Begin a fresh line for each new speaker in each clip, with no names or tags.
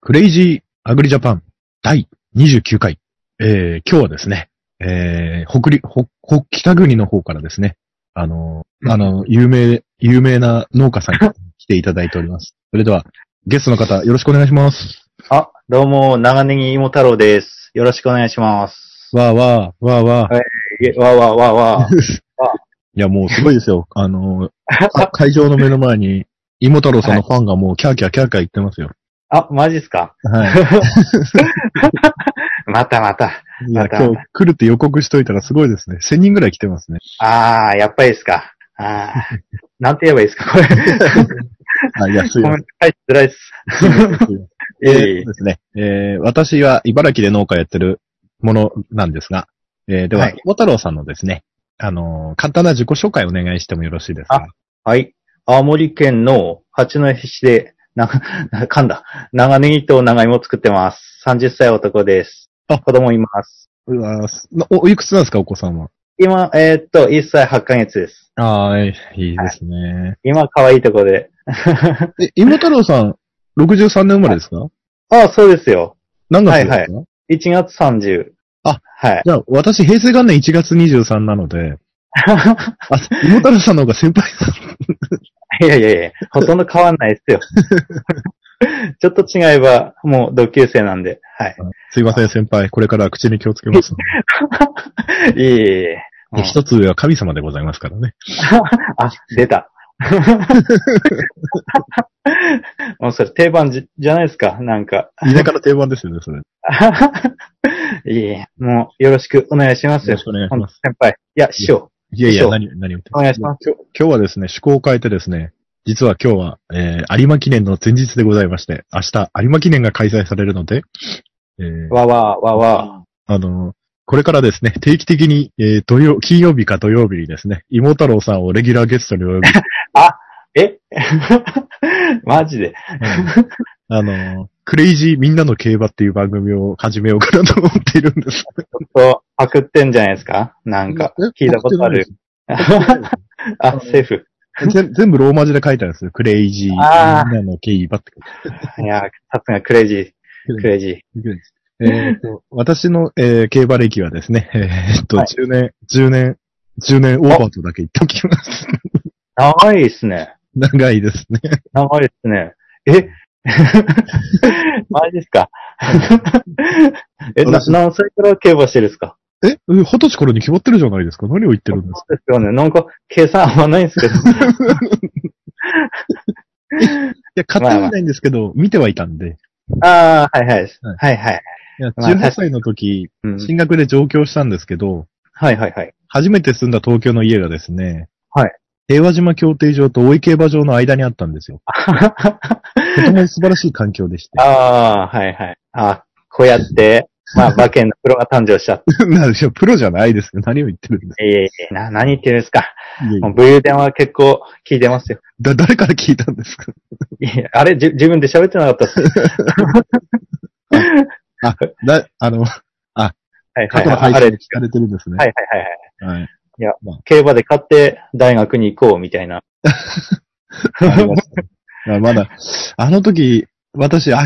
クレイジーアグリジャパン第29回。えー、今日はですね、えー、北陸、北、北北国の方からですね、あのー、あのー、有名、有名な農家さんに来ていただいております。それでは、ゲストの方、よろしくお願いします。
あ、どうも、長ネギ芋太郎です。よろしくお願いします。
わーわー、わーわー。
えわわわわ。
いや、もうすごいですよ。あのー、か会場の目の前に、芋太郎さんのファンがもうキャーキャーキャーキャー言ってますよ。
あ、マジっすか
はい。
またまた。
いや、
また
今日来るって予告しといたらすごいですね。1000人ぐらい来てますね。
あー、やっぱりっすか。あー、なんて言えばいいっすか、これ。
あ、いや、すい
ご
ません
めん、返しづらいっす。
えー
いえいえ
そうですね。えー私は茨城で農家やってるものなんですが、えーでは、
は
小
い
太郎さんのですね、あのー簡単な自己紹介をお願いしてもよろしいですか
はい。青森県の八戸市で、な、 な噛んだ。長ネギと長芋作ってます。30歳男です。
あ
子供います。
うわーすなお、おいくつなんですか、お子さんは。
今、えーっと、1歳8ヶ月です。
ああ、いいですね。
今、可愛いとこで。
え、芋太郎さん、63年生まれですか
あ、そうですよ。
何月ですか、
はい1月30。
あ、
はい。
じゃあ、私、平成元年1月23なので、あ、芋太郎さんの方が先輩だ。
いやいやいや、ほとんど変わんないですよ。 ちょっと違えば、もう同級生なんで、はい。
すいません、先輩。これから口に気をつけ ますので。
いえいえ いえ。うん
で一つ上は神様でございますからね。
あ、出た。 もうそれ定番じじゃないですか、なんか。
田舎の定番ですよね、それ。よ
いえいえ、もうよろしくお願いします
ろ
よ
し。くお願いし
本
ま
当
す。
先輩。いや、師匠、
いやい
師
や、
匠
何、何を言って
お願いします。
今日はですね、趣向を変えてですね、実は今日は、えー、有馬記念の前日でございまして、明日、有馬記念が開催されるので、えー、
わわわわ。
あの、これからですね、定期的に、えー、土曜、金曜日か土曜日にですね、妹太郎さんをレギュラーゲストにお呼 び、
え マジで。
うんあの、クレイジーみんなの競馬っていう番組を始めようかなと思っているんです。
そう、パクってんじゃないですかなんか、聞いたことある。 あ、セーフ。
ぜ 全部ローマ字で書いてあるんですよ。クレイジー、みん
あ
な
ー
の競馬って。
いや、さすがクレイジー、クレイジー。
えー と私の、えー競馬歴はですね、えーっと、
はい
10年、10年、10年オーバーとだけ言っておきます。
長いですね。
長いですね。
長いですね。え マジですかえ、な
私
何歳から競馬してるんですか
え二十歳頃に決まってるじゃないですか。何を言ってるんですか
そうですよね。なんか、計算合わないんですけ ど。
いや、買ってはいないんですけど、見てはいたんで。
ああ、はいはい。はいはい。
いや、
まあ
18歳の時、
うん
進学で上京したんですけど、
はいはいはい。
初めて住んだ東京の家がですね、
はい。
平和島競艇場と大井競馬場の間にあったんですよ。とても素晴らしい環境で して。
ああー、はいはい。あこうやって、まあ、馬券のプロが誕生しちゃっ
なんでしょう、プロじゃないですよ。何を言ってるんです
て。いえいえ、な、何言ってるんですか
かいやいや
もう武勇伝は結構聞いてますよ。
だ、誰から聞いたんですか
いやあれ、じ自分で喋ってなかったっ す。
だ、あの、
はい
過
は
去
い
の
は
配
い。あ
信
れ
で聞
です
かれてるんですね。
はいはいはいはい。
はい。
競馬で買って大学に行こうみたい
あ
な。
りましたね まだ、あの時、私、あ、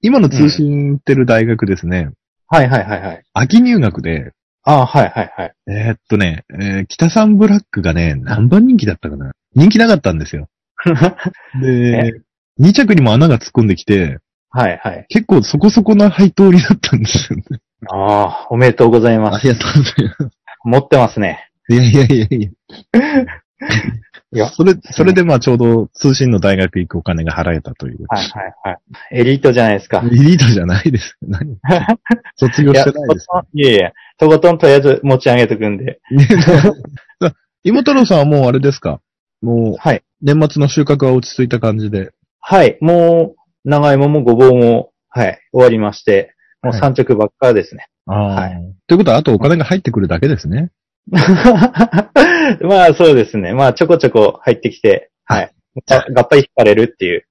今の通信ってる大学ですね、
はいはいはいはい。
秋入学で、
ああ、はいはい はい。
えーっとね、えー北三ブラックがね、何番人気だったかな人気なかったんですよ。で、2着にも穴が突っ込んできて、
はいはい。
結構そこそこな配当になったんですよね。
ああ、おめでとうございます。
りがとうございます。
持ってますね。
いやいやいやいや。
いや
それ、それでまあちょうど通信の大学行くお金が払えたという。
はいはいはい。エリートじゃないですか。
エリートじゃないです。何卒業
いや、
して
と
な
こ
いです。
とんいやいや、とことんとりあえず持ち上げとくんで。
妹太郎さんはもうあれですかもう、
はい。
年末の収穫は落ち着いた感じで。
はい、もう、長芋もごぼうも、はい、終わりまして、もう
はい
産直ばっかですね。
ああ
はい
ということは、あとお金が入ってくるだけですね。
まあそうですね。まあちょこちょこ入ってきて、はい。が合体引っ張れるっていう。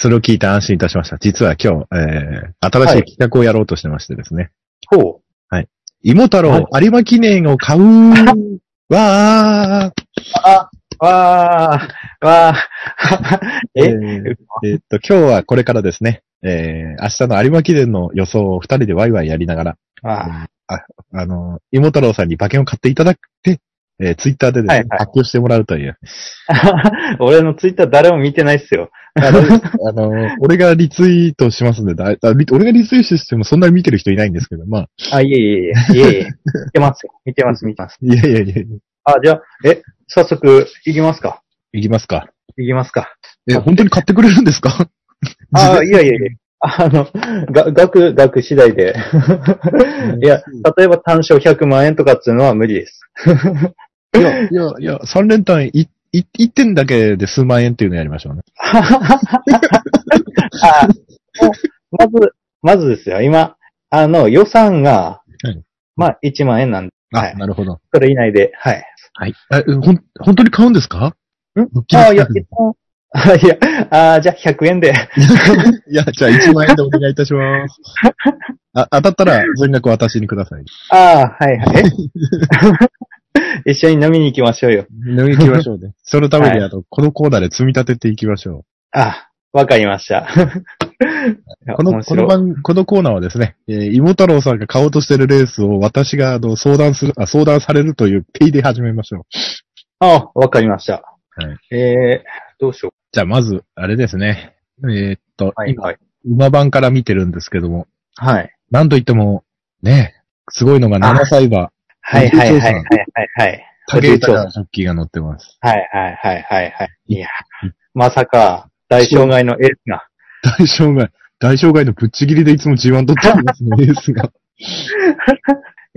それを聞いて安心いたしました。実は今日、えー、新しい企画をやろうとしてましてですね。
ほう。
芋太郎、有馬記念を買うわー
あ、わー、わー、え、
ーえーっと、今日はこれからですね、えー、明日の有馬記念の予想を二人でワイワイやりながら、
あ
あの、芋太郎さんに馬券を買っていただいて、えー、ツイッターでですね、
はいはい
発表してもらうという。
ー 俺のツイッター誰も見てないっすよ。
あの、 あの俺がリツイートしますんで、だいあリ俺がリツイートしてもそんなに見てる人いないんですけど、まあ、
あ、いえいえいえ、いえいえ、見てますよ。見てます、見てます。
いやいやいや、
あ、じゃあ、え、早速、行きますか。
いきますか。
行きますか。
え、本当に買ってくれるんですか
あ、いやいやいや。あの、が、額、額次第で。いや、例えば単勝100万円とかっていうのは無理です。
いや、いや、いや、3連単い、い、1点だけで数万円っていうのやりましょうね。
あもうまず、まずですよ。今、あの、予算が、
はい
まあ、1万円なんで、
あ、
はい
なるほど。
それ以内で、はい。
はい。え、ほん、本当に買うんですか
ん
ドキドキ
あいや、一本、あ いや、あじゃあ100円で。
いや、じゃあ1万円でお願いいたし ます。あ、当たったら全額私にください。
ああ、はいはい。え一緒に飲みに行きましょうよ。
飲み行きましょう ね。そのために、あの、このコーナーで積み立てていきましょ
あわかりました。
う。 この、この番、このコーナーはですね、えー、芋太郎さんが買おうとしてるレースを私が、あの、相談する、あ、相談されるというペイで始めましょう。
あ、わかりまし
は
た。えー、どうしよ
じゃあ、まず、あれですね。えーっと、
う。はい、はい。
馬番から見てるんですけども、
はい。
なんといっても、ね、すごいのが7歳馬、
はい、はい、はい、はい、はい。
竹内からジョッキーが乗ってます。
はい、はい、はい、はい、はい。いや、まさか、大障害のエースが。
大障害、大障害のぶっちぎりでいつも G1 取ってるんですね、レースが。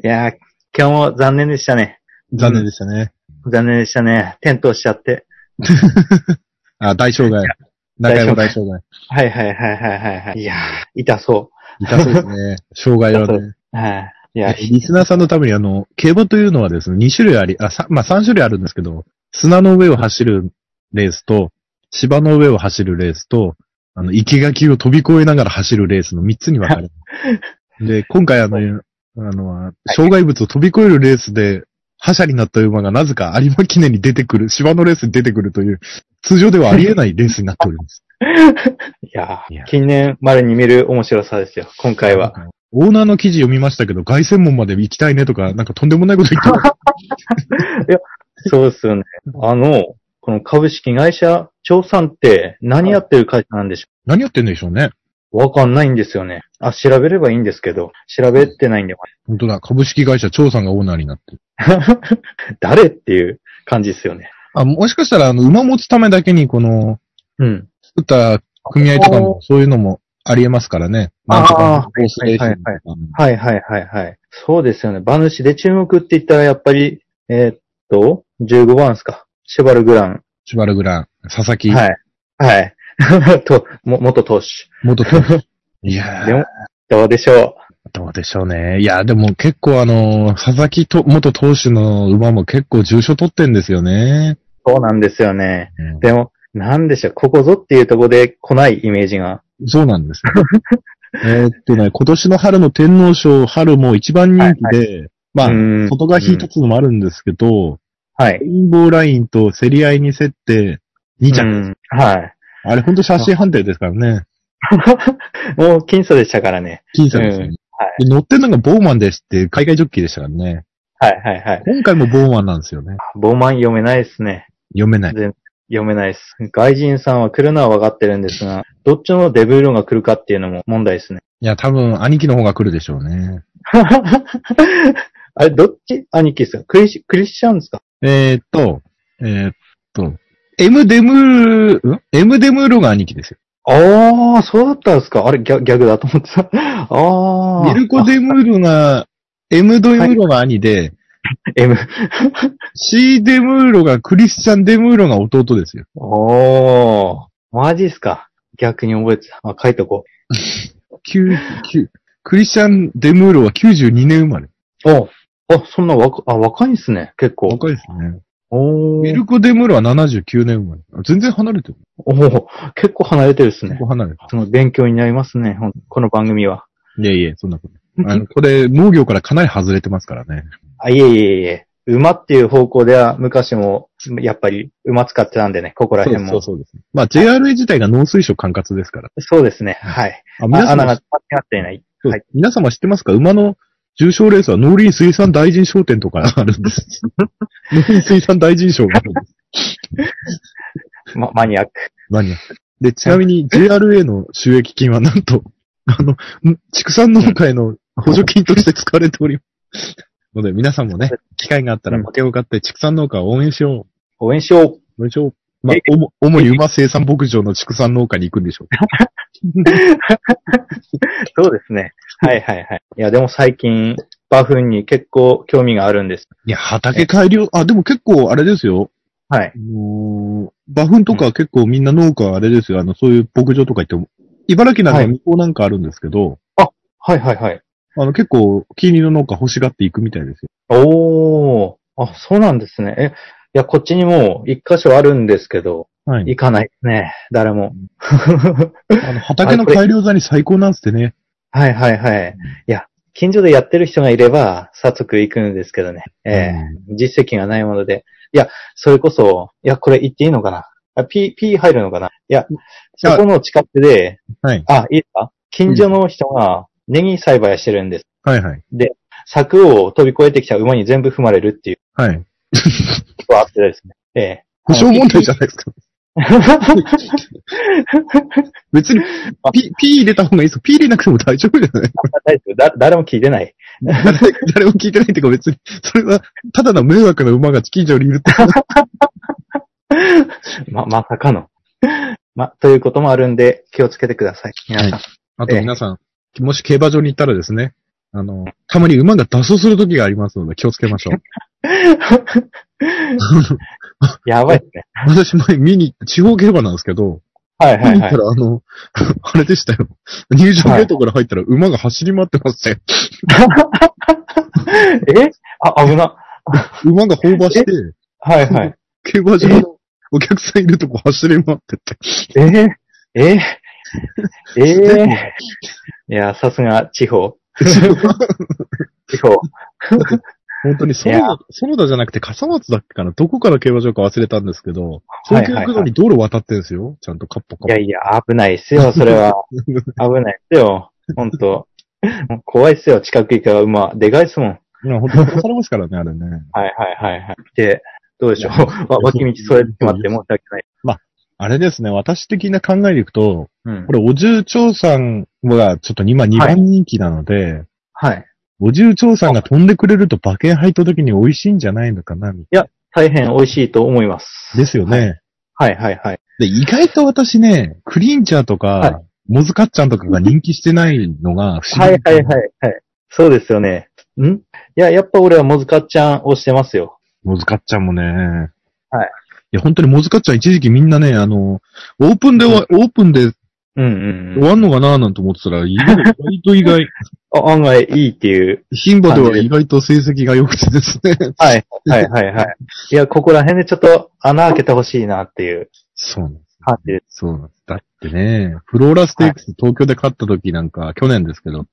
いや、今日も残念でしたね。
残念でしたね。
残念でしたね。転倒しちゃって。
あ、大障害。中山大障害。
はい、はい、はい、はい、はい。はいいや、痛そ
痛そうですね。障害はね。
う。はい。いや、
リスナーさんのために、あの、競馬というのはですね、2種類あり、あ、さまあ3種類あるんですけど、砂の上を走るレースと、芝の上を走るレースと、あの、生垣を飛び越えながら走るレースの3つに分かれ る。で、今回あの、あの、障害物を飛び越えるレースで、覇者になった馬がなぜか有馬記念に出てくる、芝のレースに出てくるという、通常ではありえないレースになっております。
いや、近年までに見る面白さですよ、今回 は。
オーナーの記事読みましたけど、凱旋門まで行きたいねとか、なんかとんでもないこと言ってます
そうですよね。あの、この株式会社調査って何やってる会社なんでしょ
何やってんでしょうね。
うわかんないんですよね。あ、調べればいいんですけど、調べてないんで、
本当だ。株式会社張さんがオーナーになってる。
誰っていう感じですよね。
あ、もしかしたら、あの、馬持つためだけに、この、
うん。
作った組合とかも、そういうのもありえますからね。なんと
あ
か、
ー
コースレーシングとか
はいはいはいはいはい。そうですよね。馬主で注目って言ったらやっぱり、えーっと、15番ですか。シェバルグラン。
シュバルグラン、佐々木、
はい。はい。 と、も、元投手。
元 投手いや
で
ー、
も、どうでしょ
どうでしょうね。いや、でも結構あの、佐々木と、元投手の馬も結構重賞取ってんですよね。
う。そうなんですよね。
うん
でも、なんでしょう、ここぞっていうところで来ないイメージが。
そうなんです よ。えーっとね、今年の春の天皇賞春も一番人気で、まあ、
うん
外が引いたつのもあるんですけど、
はい。
レインボーラインと競り合いに競って、2着。
うんはい。
あれほんと写真判定ですからね。
もう、僅差でしたからね。
僅差ですよね。で乗ってるのがボーマンですって、海外ジョッキーでしたからね。
はいはいはい。
今回もボーマンなんですよね。
ボーマン読めないですね。
読めない。
全読めないです。外人さんは来るのは分かってるんですが、どっちのデブーロが来るかっていうのも問題ですね。
いや、多分、兄貴の方が来るでしょうね。
あれ、どっち兄貴ですかクリシクリスチャンですか
えー、っと、えー、っと、エムデムール、んエムデムールが兄貴ですよ。
ああ、そうだったんですかあれ、逆逆だと思ってた。ああ。
ミルコ・デムールが、エム・デムーロが兄で、
M。
シー・デムーロがクリスチャン・デムーロが弟ですよ。
おー。マジっすか逆に覚えてた。あ、書いとこう。
9、9、クリスチャン・デムーロは92年生まれ。
おあ、そんな若、あ、若いんすね、結構。
若いですね。
お
ミ
ー
ルコ・デムールは79年生まれ。あ全然離れてる。
おー結構離れてるっす
こ
ね。
こ離れて
その勉強になりますね、ほんこの番組は。
る。いえいえ、そんなこと。あの、これ、農業からかなり外れてますからね。
あ、いえいえいえ。馬っていう方向では昔もやっぱり馬使ってたんでね、ここら
そう
辺
そ
も。
うそうですね。まあ JRA 自体が農水省管轄ですから。
そうですね。はい。
あ
あ
皆
穴
様
が間違っていない。
そう
はい
皆様知ってますか馬の重賞レースは農林水産大臣賞店とかあるんです。 農林水産大臣賞があるんです。
ま、マニアック。
マニアック。で、ちなみに JRA の収益金はなんと、 あの、ん畜産農家への補助金として使われております。ので、皆さんもね、機会があったら
うん
負けを買って畜産農家を応援しよ
応援しよう。
う。応援しよう。まあ
え、
おも主に馬生産牧場の畜産農家に行くんでしょう。
そうですね。はいはいはい。いや、でも最近、バフンに結構興味があるんです。
いや、畑改良、あ、でも結構あれですよ。
はい。
あのーバフンとか結構みんな農家あれですよ。あの、そういう牧場とか行っても、茨城なんか
はい
向こうなんかあるんですけど、
はいはいはい。
あの結構、キーニの農家欲しがっていくみたいですよ。
おー。あ、そうなんですね。え、いや、こっちにも一箇所あるんですけど、
はい。
行かないですね。誰も。
あの、畑の改良座に最高なんすってね。
はいはいはい。いや、近所でやってる人がいれば、早速行くんですけどね。ええ実績がないもので。いや、それこそ、いや、これ言っていいのかなあ ?P、P 入るのかないや、そこの近くで、
はい
あ、いいですか近所の人がネギ栽培してるんです。
うんはいはい。
柵を飛び越えてきた馬に全部踏まれるっていう
はい。
ことはあってですね。ええ。
保証問題じゃないですか。別に、P、P 入れた方がいいですよ。P 入れなくても大丈夫じゃない
大丈夫だ誰も聞いてない。
誰も聞いてないっていうか別に、それは、ただの迷惑な馬が近所にいる って。
ま、まさかの。ま、ということもあるんで、気をつけてください。皆さん。
あと皆さん、もし競馬場に行ったらですね、あの、たまに馬が脱走する時がありますので気をつけましょ う。
やばいですね。
私前見に、地方競馬なんですけど、
はいは
見
い
に行
は
っ
い
た。らあの、あれでしたよ。入場ゲートから入ったら馬が走り回ってますね。
えあ、危な。
馬が放馬して、
はいはい。
競馬場のお客さんいるとこ走り回って て。
えー、えー、えー、いや、さすが、地方。地方。
本当に園
いや
田、園田じゃなくて笠松だっけかなどこから競馬場か忘れたんですけど、東京行くのに道路渡ってるんですよ。ちゃんとカッポカ
いや
ッ
いや、危ないっすよ、それは。 危ないっすよ。ほんと。もう怖いっすよ、近く行けば馬。でかいっすもん。
ポ。いや、本当に殺されますからね、あれね。
はいはいはいはい。で、どうでしょう
いや。
わ脇道それってまって申し訳ない。
あれですね、私的な考えでいくと、
うん
こ。れ、お重長さんが、ちょっと今2
はい
番人気なので、
はい。
お重長さんが飛んでくれると馬券入った時に美味しいんじゃないのかな、みたい
大変美味しいと思います。
なですよね、
はいはいはい。
で。意外と私ね、クリンチャーとか、
はい
モズカッチャンとかが人気してないのが不思
は
議。
いはいはいはい。そうですよね。んいや、やっぱ俺はモズカちゃんをしてますよ。
モズカッチャンもね。
はい。
いや、本当にモズカッチャン一時期みんなね、あの、オープンで終わ、オープンで
うんうん
終
うん。
わんのかななんて思ってた ら、意外と意外、
あ案外いいっていう。
牝馬では意外と成績が良くてですね。
はいはいはいはい。いや、ここら辺でちょっと穴開けてほしいなっていう
そうなんです。
感じです。
そうなんです。だってね、フローラステークス東京で勝った時なんか、去年ですけど、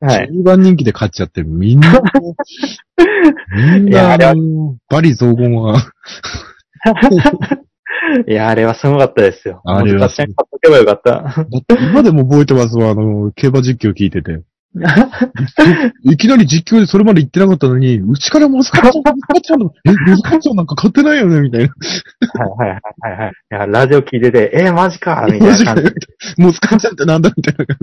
はい。
10番人気で勝っちゃって、みんな、 みん
いや
な、
あれは
あのバリ雑言は、
いや、あれはすごかったですよ。
あれは
モズカちゃん買っとけばよかった。
だって今でも覚えてますわ、あの、競馬実況聞いてて。いきなり実況でそれまで言ってなかったのに、うちからモズカッチャン、モズカッチャンの、え、モズカッチャンなんか買ってないよね、みたいな。
はいはいはいはい。いや、ラジオ聞いてて、えー、マジかみた
マ
い
ジ
な
か
感じ
よ。モズカッチャンってなんだ、みたいな 感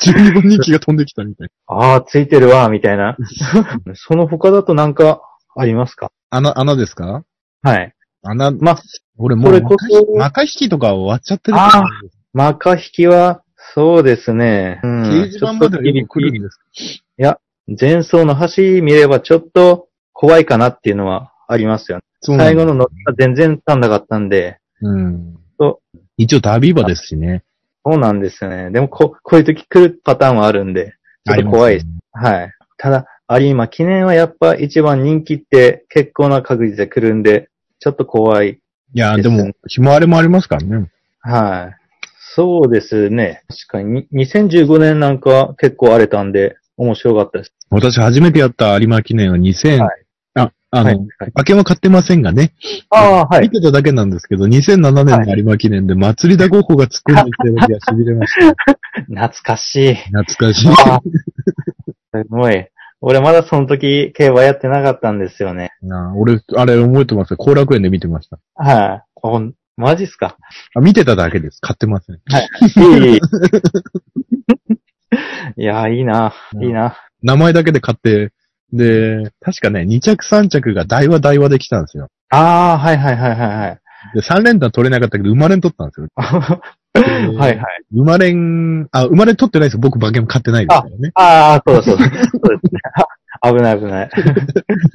じで。12番人気が飛んできたみたいな。
ああ、ついてるわ、みたいな。 その他だとなんかありますか
穴、穴ですか
はい。
穴、
まあ、
俺も
こ
う
れこそ、
中引きとか終わっちゃってる。
ああマカ引きは、そうですね。う
掲
ん
示板まではよく来るんです
前走の走り見ればちょっと怖いかなっていうのはありますよね。
そうなん
最
です
後の乗った全然足んなかったんで、
うん。
そ
一応ダービー馬ですしね。
そうなんですよね。でもこ、こういう時来るパターンはあるんで、ちょっと怖いです。はい。ただ、有馬記念はやっぱ一番人気って結構な確率で来るんで、ちょっと怖い。
いや、
です
で
ね
も、ひまわりもありますからね。
はい。そうですね。確かに、に2015年なんか結構荒れたんで、面白かったです。
私初めてやった有馬記念は2000、
は
あ、あ
はい
の、馬券は買ってませんがね、
ああ、は
見
い。
てただけなんですけど、2007年の有馬記念で祭りだゴッホが突っ込んできた時は痺れま した。
懐か しい。
懐かしい。
あーすごい。俺まだその時、競馬やってなかったんですよね。
なあ俺、あれ覚えてますよ。後楽園で見てました。
はい、ほんマジっすか
あ、見てただけです。買ってません。
いいいい。 いやー、いいな
う。ん
いいな。
名前だけで買って、で、確かね、2着3着が台話台話で来たんですよ。
ああ、はいはいはいはいはい。
で、3連単取れなかったけど、馬連取ったんですよ。ー
はいはい。
馬連、あ、馬連取ってないですよ。僕馬券買ってないですからね。
ああ、そうだそうだ。そうですね。 あ危ない危ない。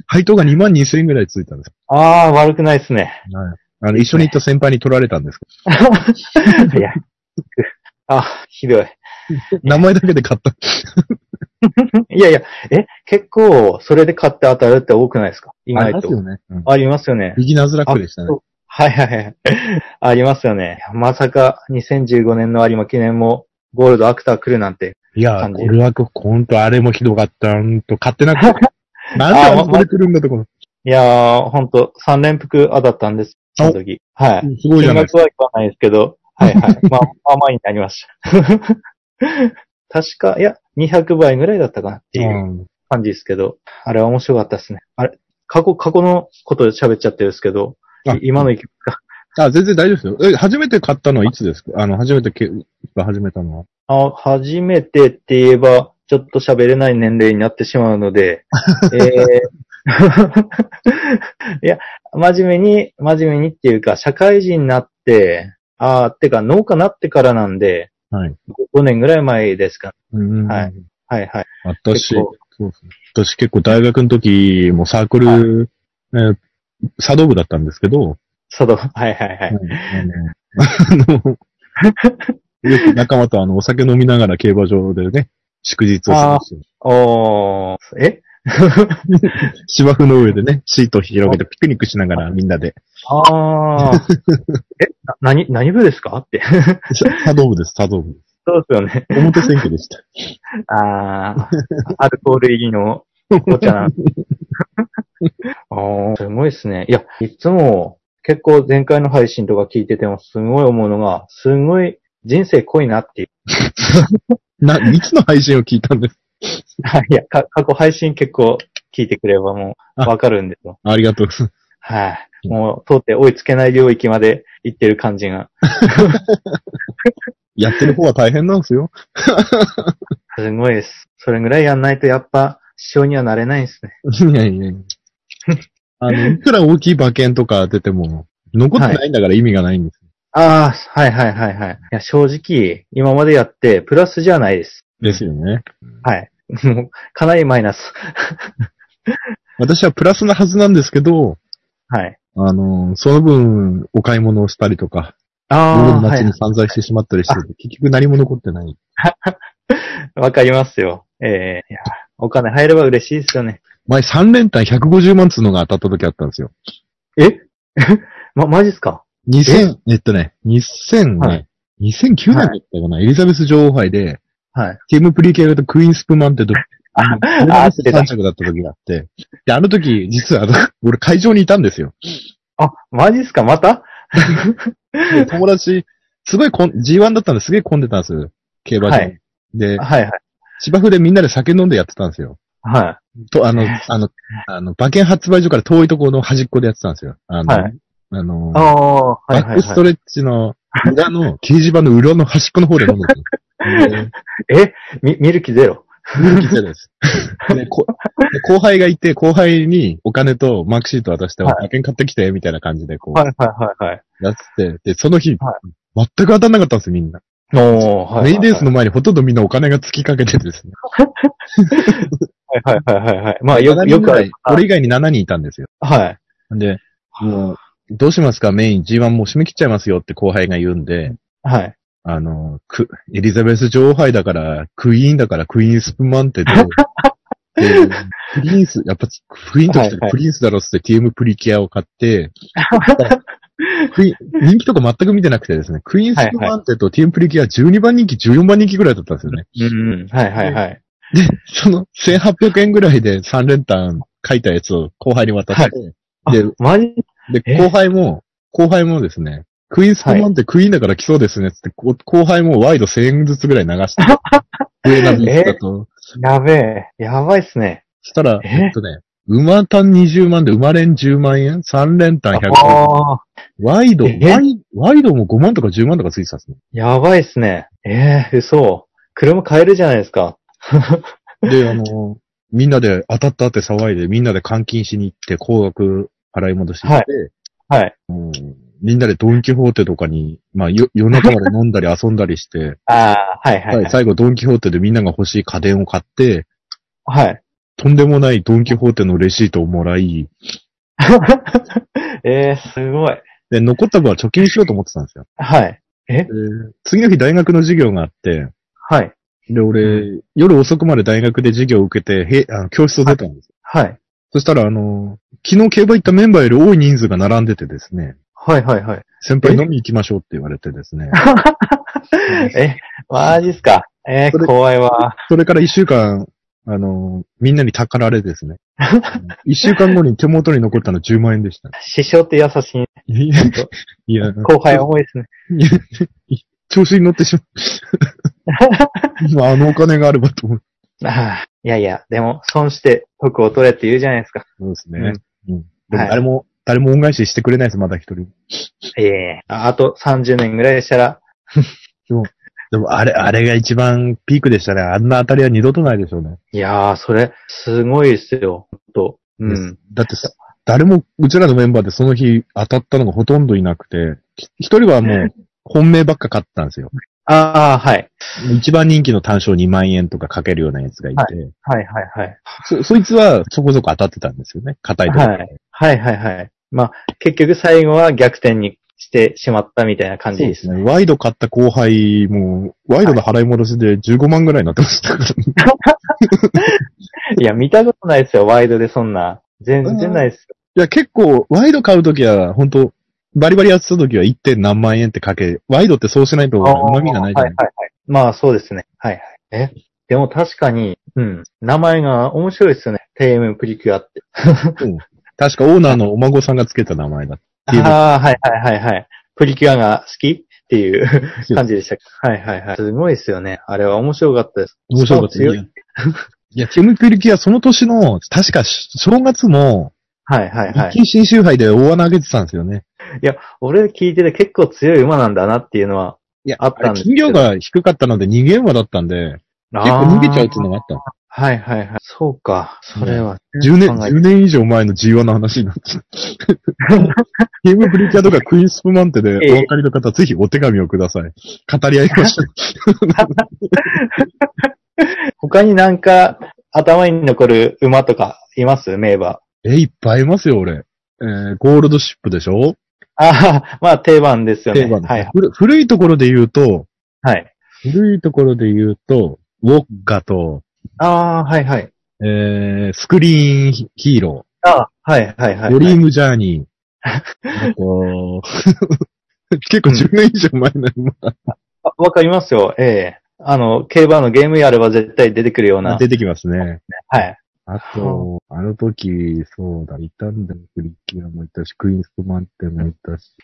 配当が2万2千円ぐらいついたんです
ああ、悪くないっすね。
よ。はい。あの、一緒に行った先輩に取られたんですけ
いや。あ、ひどい。
ど、名前だけで買った。
いやいや、え、結構、それで買って当たるって多くないですか意
あり
外
ます
と。
よね。うん
ありますよね。
ビギナーズラックでした
あ
ね
そ。うはいはいはい。ありますよね。まさか2015年の有馬記念もゴールドアクター来るなんて。
いやー、
感じ
これは、ほんと、あれもひどかった。うんと、買ってな くて。なんであそこで来るんだところ。
いやー、ほんと、3連複当たったんです。その時。はい。
すごいじゃ
金
ないです
額
か。
は言わないですけど、はいはい。まあ、まあまあになりました。確か、いや、200倍ぐらいだったかなっていう
うん
感じですけど、あれは面白かったですね。あれ、過去、過去のことで喋っちゃってるんですけど
あ、
今の意見か。
あ、全然大丈夫ですよ。え、初めて買ったのはいつですかあの、初めてけ、始めたのは。
あ初めてって言えば、ちょっと喋れない年齢になってしまう ので、えー いや、真面目に、真面目にっていうか、社会人になって、ああ、てか、農家になってからなんで、
はい。
5年ぐらい前ですかね。
うん
はい。はいはい。
私、
結構
そうですね私結構大学の時もサークル、えー茶道部だったんですけど、
その、はいはいは
うんあ
い。
の、あのよく仲間とあの、お酒飲みながら競馬場でね、祝日を過ごして、
おー、え
芝生の上でね、シートを広げてピクニックしながらみんなで、
あー。え、な、何、何部ですかって。
茶道部です、茶道部で
そうですよね。
す。表選挙でした。
あー、アルコール入りのお茶 なんで。おー、すごいですね。いや、いつも、結構前回の配信とか聞いててもすごい思うのが、すごい人生濃いなっていう。
な、いつの配信を聞いたんです
いや、か過去配信結構聞いてくればもう
あ
わかるんですよ。
ありがとうございます。
はい。もう、到底追いつけない領域まで行ってる感じが、
やってる方は大変なんですよ。
すごいです。それぐらいやんないと、やっぱ、師匠にはなれないんですね。
いやいやいや。あの、いくら大きい馬券とか出ても、残ってないんだから意味がないんです。
ああ、はいはいはいはい。いや、正直、今までやって、プラスじゃないです。
ですよね。
はい。もう、かなりマイナス。
私はプラスなはずなんですけど、
はい。
あの、その分、お買い物をしたりとか、夜
あ
の
あ、は
街
い
に。散財してしまったりして、結局何も残ってない。
わかりますよ。ええいや、お金入れば嬉しいですよね。
前3連単150万つうのが当たった時あったんですよ。
えま、マジっすか
2000、えっとね、2000ね、
はい
2009年だったかな、エリザベス女王杯で、
はい。
ティム・プリケールとクイーン・スプマンってど、あ
あ知ってた
3着だった時があって、で、あの時、実はあの、 俺会場にいたんですよ。
あ、マジっすかまた
で友達、すごいこん、G1 だったんですげえ混んでたんですよ。競馬場。
はい
で、
はいはい。
芝生でみんなで酒飲んでやってたんですよ。
は
と、あの、あの、あの、馬券発売所から遠いところの端っこでやってたんですよ。あ
い。
の、
はい。
あの
あ、あ、はい
バ
は
ック
い
スト
は
レッチの裏の、掲示板の裏の端っこの方で飲ん でた。で
い。えみ、見る気ゼロ
見る気ゼロです。でこで後輩がいて、後輩にお金とマークシート渡して、
はい
馬券買ってきて、みたいな感じでこ
はいはいはいはい。
う、やってて、で、その日、
は
全く当たんなかったんですよ、みんな。
おー、はいはいはい。
メインレースの前にほとんどみんなお金が突きかけてですね。
はいはいはいはいはい。まあよく、よ
7人ぐ
くあ
ら
る
い。俺以外に7人いたんですよ。
はい。
で、もう、どうしますかメイン G1 もう締め切っちゃいますよって後輩が言うんで、
はい。
あの、ク、エリザベス女王杯だから、クイーンだから、クイーンスプマンテで、でプリンス、やっぱ、クイーンと来た
はいは
ら
い
プリンスだろっつって TM プリキュアを買って、クイーン人気とか全く見てなくてですね、クイーンスプマンテと TM プリキュア12番人気、14番人気ぐらいだったんですよね。
うんうん。はいはいはい。
その1800円ぐらいで3連単書いたやつを後輩に渡して、
あ
で、
マジ
で、
え
後輩も、後輩もですね、クイズコマンってクイーンだから来そうですねっつって、こ後輩もワイド1000円ずつぐらい流 して、上なんですだと。
やべえ。やばいっすね。
したら、
え
えっとね、馬単20万で馬連10万円 ?3 連単100万
ああ、
ワイド、
え
ワイワイドも5万とか10万とかついてたんですね。
やばいっすね。ええ嘘。車買えるじゃないですか。
で、あの、みんなで当たったって騒いで、みんなで換金しに行って、高額払い戻しに行って、
はい。
うんみんなでドンキホーテとかに、まあ、よ夜中まで飲んだり遊んだりして、
ああ、はいはい、
は
はい
い、最後ドンキホーテでみんなが欲しい家電を買って、
はい。
とんでもないドンキホーテのレシートをもらい、
ええすごい。
で、残った分は貯金しようと思ってたんですよ。
はい。
で次の日大学の授業があって、
はい。
で、俺、夜遅くまで大学で授業を受けて、へあの教室を出たんですよ。
はい。
そしたら、あの、昨日競馬行ったメンバーより多い人数が並んでてですね、
はいはいはい。
先輩飲み行きましょうって言われてですね、
え、マジっすか。え
それ
ー、怖いわ。
それから一週間、あの、みんなにたかられ ですね。一週間後に手元に残ったの10万円でした。
師匠って優しい。
いや、
後輩重いですね。
いや調子に乗ってしまう。今あのお金があればと思う。
ああいやいや、でも、損して得を取れって言うじゃないですか。
そうですね。うんでも
はい
誰も、誰も恩返ししてくれないです、まだ一人も。
いえいえ。ああと30年ぐらいしたら、
でもあれ、あれが一番ピークでしたね。あんな当たりは二度とないでしょうね。
いやー、それ、すごいですよ。ほんと。う
です
ん。
だって、誰も、うちらのメンバーでその日当たったのがほとんどいなくて、ひ一人はも う、本命ばっか買ったんですよ。
ああ、はい。
一番人気の単勝2万円とかかけるようなやつがいて、
はいはいはい。
そ、そいつはそこそこ当たってたんですよね。硬いところで。
ははいはいはい。まあ、結局最後は逆転にしてしまったみたいな感じ
そう
で
ですす
ね。
ね。ワイド買った後輩も、ワイドの払い戻しで15万ぐらいになってましたから、
いや、見たことないですよ、ワイドでそんな。全然ないです。
いや、結構、ワイド買うときは、本当バリバリやってたときは 1. 点何万円ってかけ、ワイドってそうしないと
あー
旨味がないじゃないですか。
はいはいはい。まあ、そうですね。はいはい。えでも確かに、うん。名前が面白いですよね。TM プリキュアって。
確かオーナーのお孫さんがつけた名前だっうん
ああ、はいはいはいはい。プリキュアが好きっていう
た。
感じでした。はいはいはい。すごいですよね。あれは面白かったです。
面白かった。
スパ強
い
い。
や、ティム・クリキはその年の、確か正月も、
はいはいは
一
い。
級新州杯で大穴上げてたんですよね。
俺聞いてて結構強い馬なんだなっていうのは。
いや、
あったんですけ
金量
ど
が低かったので逃げ馬だったんで、結構逃げちゃうっていうのがあったの。
はいはいはい。そうか。それは。
10年、
考え
10年以上前の G1 の話になっちゃう。 ゲームプリキュアとかクイーンスプマンテでお
ええ
分かりの方、ぜひお手紙をください。語り合いま しょう。
他になんか頭に残る馬とかいます名馬。
え、いっぱいいますよ、俺。えーゴールドシップでしょ
ああ、まあ定番ですよね。
定番、
はい
古古いところで言うと、
はい。
古いところで言うと、ウォッカと、
ああ、はいはい。
えースクリーンヒーロ
ああ、はいはい
ー、
はい。
ドリームジャー ニー、あと 結構10年以上前の馬
あわかりますよ。ええあの、競馬のゲームやれば絶対出てくるような。
出てきますね。
はい。
あと、あの時、そうだ、いたんだよ、プリキュアもいたし、クイーンストマンテンもいたし、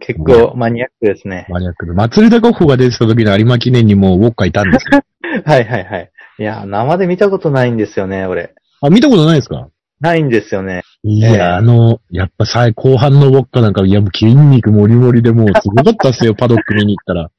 結構マニアックですね。
マニアックで。祭り田ゴッホが出てた時の有馬記念にもウォッカいたんです よ。
はいはいはい。いや、生で見たことないんですよね、俺。
あ、見たことないですか
ないんですよね。
い
ええ
や、あの、やっぱ最後半のウォッカなんか、いや、もう筋肉もりもりでもう、すごかったっすよ、 パドック見に行ったら。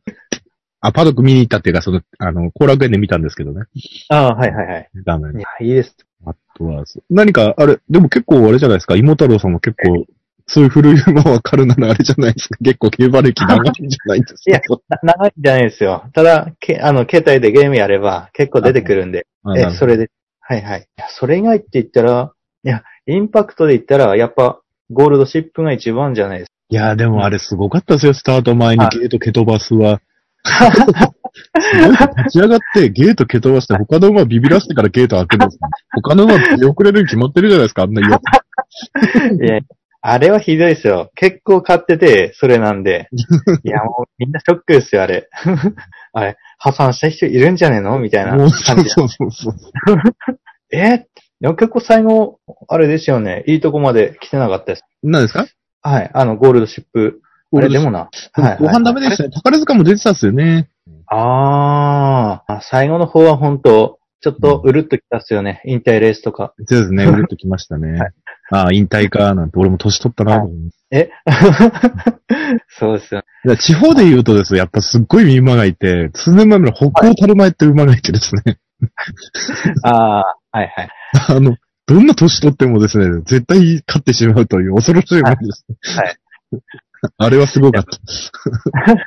あ、パドック見に行ったっていうか、その、あの、後楽園で見たんですけどね。
ああ、はいはいはい。
画面
い。や、いいです。
あとは、そう何か、あれ、でも結構あれじゃないですか、妹太郎さんも結構、そういう古い馬わかるならあれじゃないですか、結構競馬歴長いんじゃないんですか。
いやな長いんじゃないですよ。ただ、けあの、携帯でゲームやれば結構出てくるんで。
あなるほ
え、
ど
それで。はいはい。いやそれ以外って言ったら、いや、インパクトで言ったら、やっぱ、ゴールドシップが一番じゃないです
いや、でもあれすごかったですよ、スタート前に
はい
ゲート蹴飛ばすは。すごい立ち上がって、ゲート蹴飛ばして、他の馬ビビらせてからゲート開くんです、ね、他の馬出遅れるに決まってるじゃないですか、あんなや
か。 いや、あれはひどいですよ。結構買ってて、それなんで。いや、もうみんなショックですよ、あれ。 あれ、破産した人いるんじゃねえのみたいな
もう、
感
そう
じ。
そうそうそう。
えでも結構最後、あれですよね。いいとこまで来てなかったです。
何ですか
はい。あの、ゴールドシップ。あれでもな。はいはい
ご飯ダメでしたね。宝塚も出てたっすよね。
あーあ。最後の方は本当ちょっとうるっときたっすよね。引退レースとか。
そうですね。うるっときましたね。
はい
ああ、引退か、なんて、俺も年取ったなと思う、
えそうですよね。
いや地方で言うとですよ、やっぱすっごい馬がいて、数年前まで北欧たる前って馬がいてですね、
ああ、はいはい。
あの、どんな年取ってもですね、絶対勝ってしまうという恐ろしい馬です、ね。
はい
あれはすごかった。い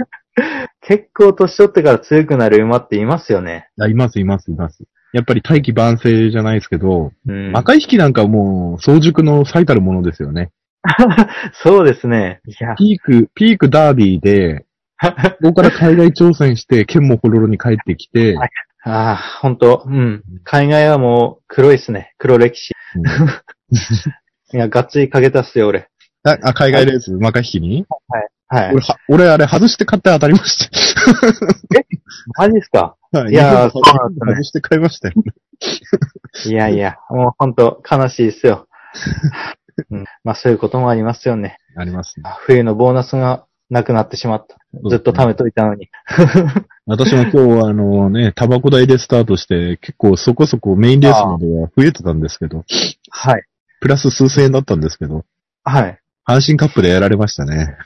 結構年取ってから強くなる馬っていますよね。
やいます、います、います。やっぱり大器晩成じゃないですけど、
うん。
赤い引きなんかもう、早熟の最たるものですよね。
そうですね。い や、
ピーク、ピークダービーで、そこから海外挑戦して、剣もほろろに帰ってきて、
はいああ、本当うん。海外はもう黒いっすね。黒歴史。
うん
いや、がっつりかけたっすよ、俺。
ああ海外レース、馬鹿引きに、
はい
俺。は、俺あれ外して買って当たりました。
マジっすか
はい
いやー
日
そ
本
う
で
なんですね
外して買いましたよ。
いやいや、もう本当悲しいっす よ。うん、まあそういうこともありますよね。
ありますね。
あ冬のボーナスがなくなってしまった。 ずっと貯めといたのに。
私も今日はあのね、タバコ代でスタートして、結構そこそこメインレースまでは増えてたんですけど、
はい。
プラス数千円だったんですけど、
はい。
阪神カップでやられましたね。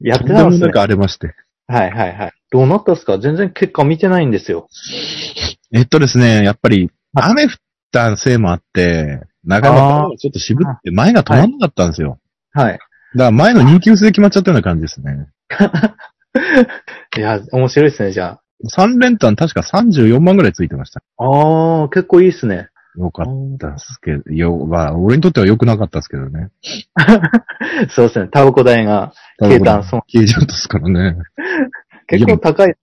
やって
と
た
ん
ん
でも
ですね
な。く荒れまして。
はいはいはい。どうなったっすか全然結果見てないんですよ。
えっとですね、やっぱり雨降ったせいもあって、なかな
あ
かちょっと渋って前が止まんなかったんですよ。
はい。
だから前の2級制で決まっちゃったような感じですね。
いや、面白いですね、じゃ
3連単確か34万ぐらいついてました。
あ。ああ、結構いいっすね。
よかったっすけど、よ、まあ、俺にとっては良くなかったっすけどね。
そうですね、タバコ代が消えたん、そう。
消えちゃったっすからね。
結構高い。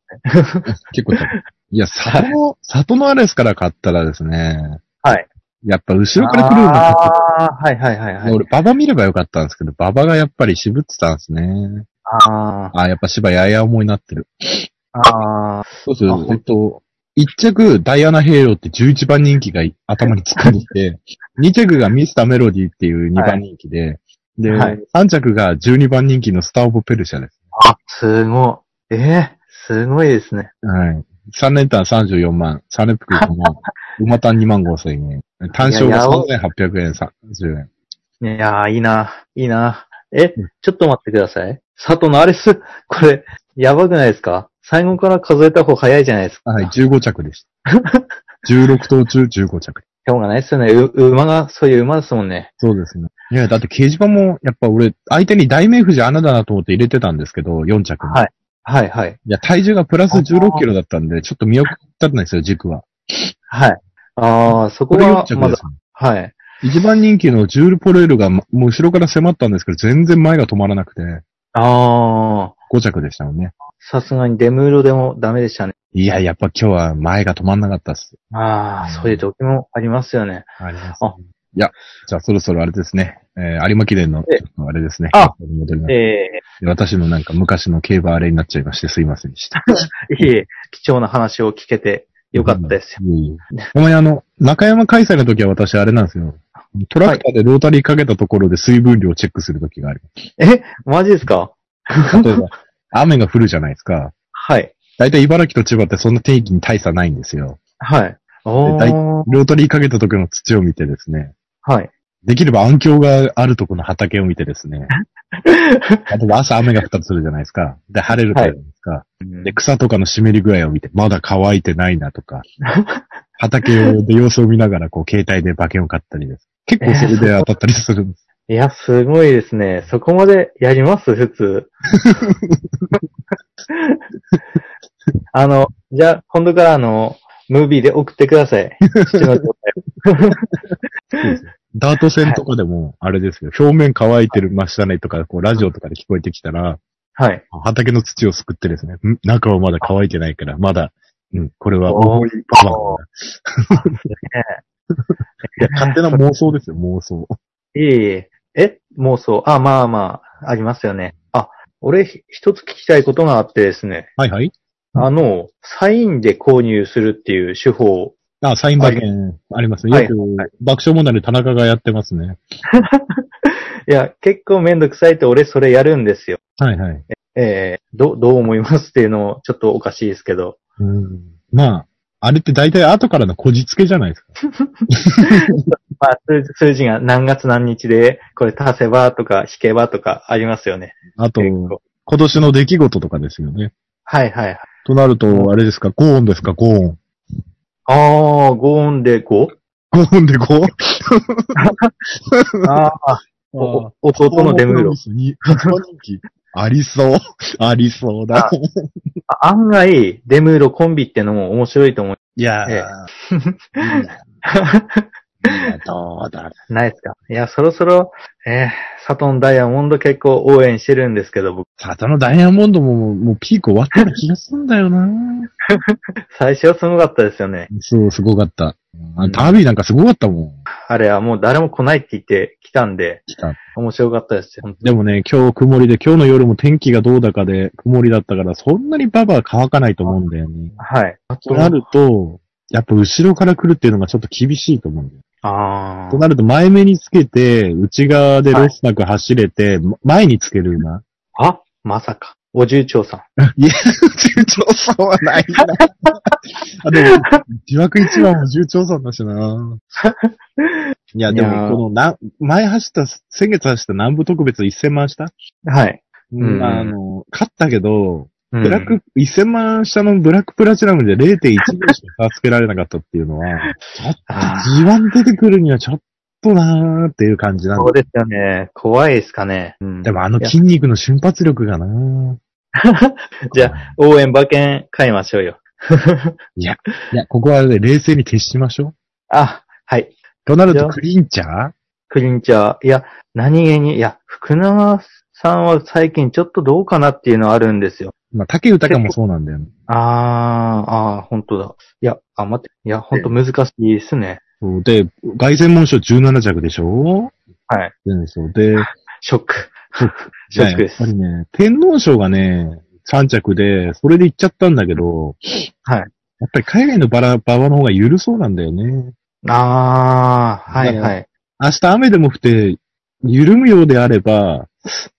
結構高い。いや、里、里のあれですから買ったらですね。
はい。
やっぱ後ろから来るような買って
ああ、はいはいはいはい。
俺、馬場見ればよかったんですけど、馬場がやっぱり渋ってたんですね。
あ
あ、やっぱ芝やや重になってる。
あ、ああ、
そうそう、
あ
ほんと、一着、ダイアナ・ヘイローって11番人気が頭に突っ込んでき て、二着がミスター・メロディっていう2番人気で、で、
はい
三着が12番人気のスター・オブ・ペルシャです。
あ、すごい。ええすごいですね。
はい。3連単34万、3連複5万、 馬単2万5千円、単勝が3800円、30円。
いやー、いいな、いいな。え、ちょっと待ってください。佐藤のあれっす。 これ、やばくないですか最後から数えた方早いじゃないですか。
はい、15着 でした。16頭中15着。
しょうがないっすよね。う、馬が、そういう馬ですもんね。
そうですね。いや、だって掲示板も、やっぱ俺、相手に大名富士穴だなと思って入れてたんですけど、4着に。
はいはいはい。
いや、体重がプラス16キロだったんで、ちょっと見送ったんですよ、軸は。
はい。ああ、そこ
これ4
は、
着
ま
で
だ
す、、
はい。
一番人気のジュールポレールが、もう後ろから迫ったんですけど、全然前が止まらなくて、
ああ、
5着でしたもんね。
さすがにデムーロでもダメでしたね。
いや、やっぱ今日は前が止まんなかったっす。
ああ、そういう時もありますよね。
あります、ね
あ。
いや、じゃあそろそろあれですね。えー有馬記念の、ち
え
ょっとあれですね。
あ
戻ります
ええ
私のなんか昔の競馬あれになっちゃいましてすいませんで した。
いえ、貴重な話を聞けてよかったですよ。
いえいえ。お前あの、中山開催の時は私あれなんですよ。トラクターでロータリーかけたところで水分量をチェックする時がある。
え、マジですか
例えば、雨が降るじゃないですか。
はい。
だいたい茨城と千葉ってそんな天気に大差ないんですよ。
はい。お
大
ー。
ロータリーかけた時の土を見てですね。
はい。
できれば暗鏡があるとこの畑を見てですね。あと朝雨が降ったとするじゃないですか。で、晴れるとあるじゃないですか。で、草とかの湿り具合を見て、まだ乾いてないなとか、畑で様子を見ながら、こう、携帯で馬券を買ったりです。結構それで当たったりするんです。
いや、すごいですね。そこまでやります普通。 あの、じゃあ、今度からあの、ムービーで送ってください。父の状態を
ダート戦とかでも、あれですよ、表面乾いてましたねとか、こう、ラジオとかで聞こえてきたら、
はい。
畑の土をすくってですね、ん中はまだ乾いてないから、まだ、うん、これは重いパワーだ。いや、勝手な妄想ですよ、妄想。
いえいえ。え妄想。あ、まあまあ、ありますよね。あ、俺、ひ一つ聞きたいことがあってですね。
はいはい。
あの、サインで購入するっていう手法
あ、サイン馬券ありますね。よく、爆笑問題で田中がやってますね。
いや、結構めんどくさいって俺それやるんですよ。
はいはい。
えー、ど、どう思いますっていうのもちょっとおかしいですけど。
うん、まあ、あれって大体後からのこじつけじゃないですか。
まあ、数数字が何月何日で、これ足せばとか引けばとかありますよね。
あと、
結
今
構。
年の出来事とかですよね。
はいはいはい。
となると、あれですか、ゴーンですか、ゴーン。
あー、5音で 5?
ゴーンで 5?
ああ、 おお弟のデムー ロ。
一番人気。ありそう。ありそうだ。
あ案外、デムーロコンビってのも面白いと思う。
いや
え
ー、
え
いいないやどうだろう
ないですかいや、そろそろ、えー、サトンダイヤモンド結構応援してるんですけど、僕、
里のダイヤモンドも、もうピーク終わった気がすんだよな。
最初はすごかったですよね。
そう、すごかった。あ
うん
ダービーなんかすごかったもん。
あれはもう誰も来ないって言って来たんで、
来た
面白かったですよ。
でもね、今日曇りで、今日の夜も天気がどうだかで曇りだったから、そんなにババは乾かないと思うんだよね。
はい。
となると、やっぱ後ろから来るっていうのがちょっと厳しいと思うんだよ。
あ
と
ー
なると前目につけて、内側でロスなく走れて、ま前につける馬。
あ、まさか。お重長さん。
いや、重調査はないな。あ、でも、疑惑一番も重調査だしな。いや、で
いや
も、
ー
このな、前走った、先月走った南部特別1000万した、
はい。ん
あの、勝ったけど、
うん
ブラック、1000万下のブラックプラチナムで0.1秒しか差つけられなかったっていうのは、ちょっと
あ
G1 出てくるにはちょっとなーっていう感じなんだ
そうですよね。怖いですかね。うん
でもあの筋肉の瞬発力がな
じゃあ、応援馬券買いましょうよ。
いや、ここはね、冷静に徹しましょう。
あ、はい。
となる
じゃ
と、
あ
クリンチャー
クリンチャー。いや、何気に、いや、福永さんは最近ちょっとどうかなっていうのはあるんですよ。
まあ、竹豊もそうなんだよね。
あー、あー、本当だ。いや、あ、待って。いや、本当難しいですね。
そうで、外旋門賞17着でしょ
はい。
でそうで、
ショック。ショック
ね
で
やっぱ
す。
りね、天皇賞がね、3着で、それで行っちゃったんだけど、
はい。
やっぱり海外のバラ、ババの方が緩そうなんだよね。
あー、はいはい。
明日雨でも降って、緩むようであれば、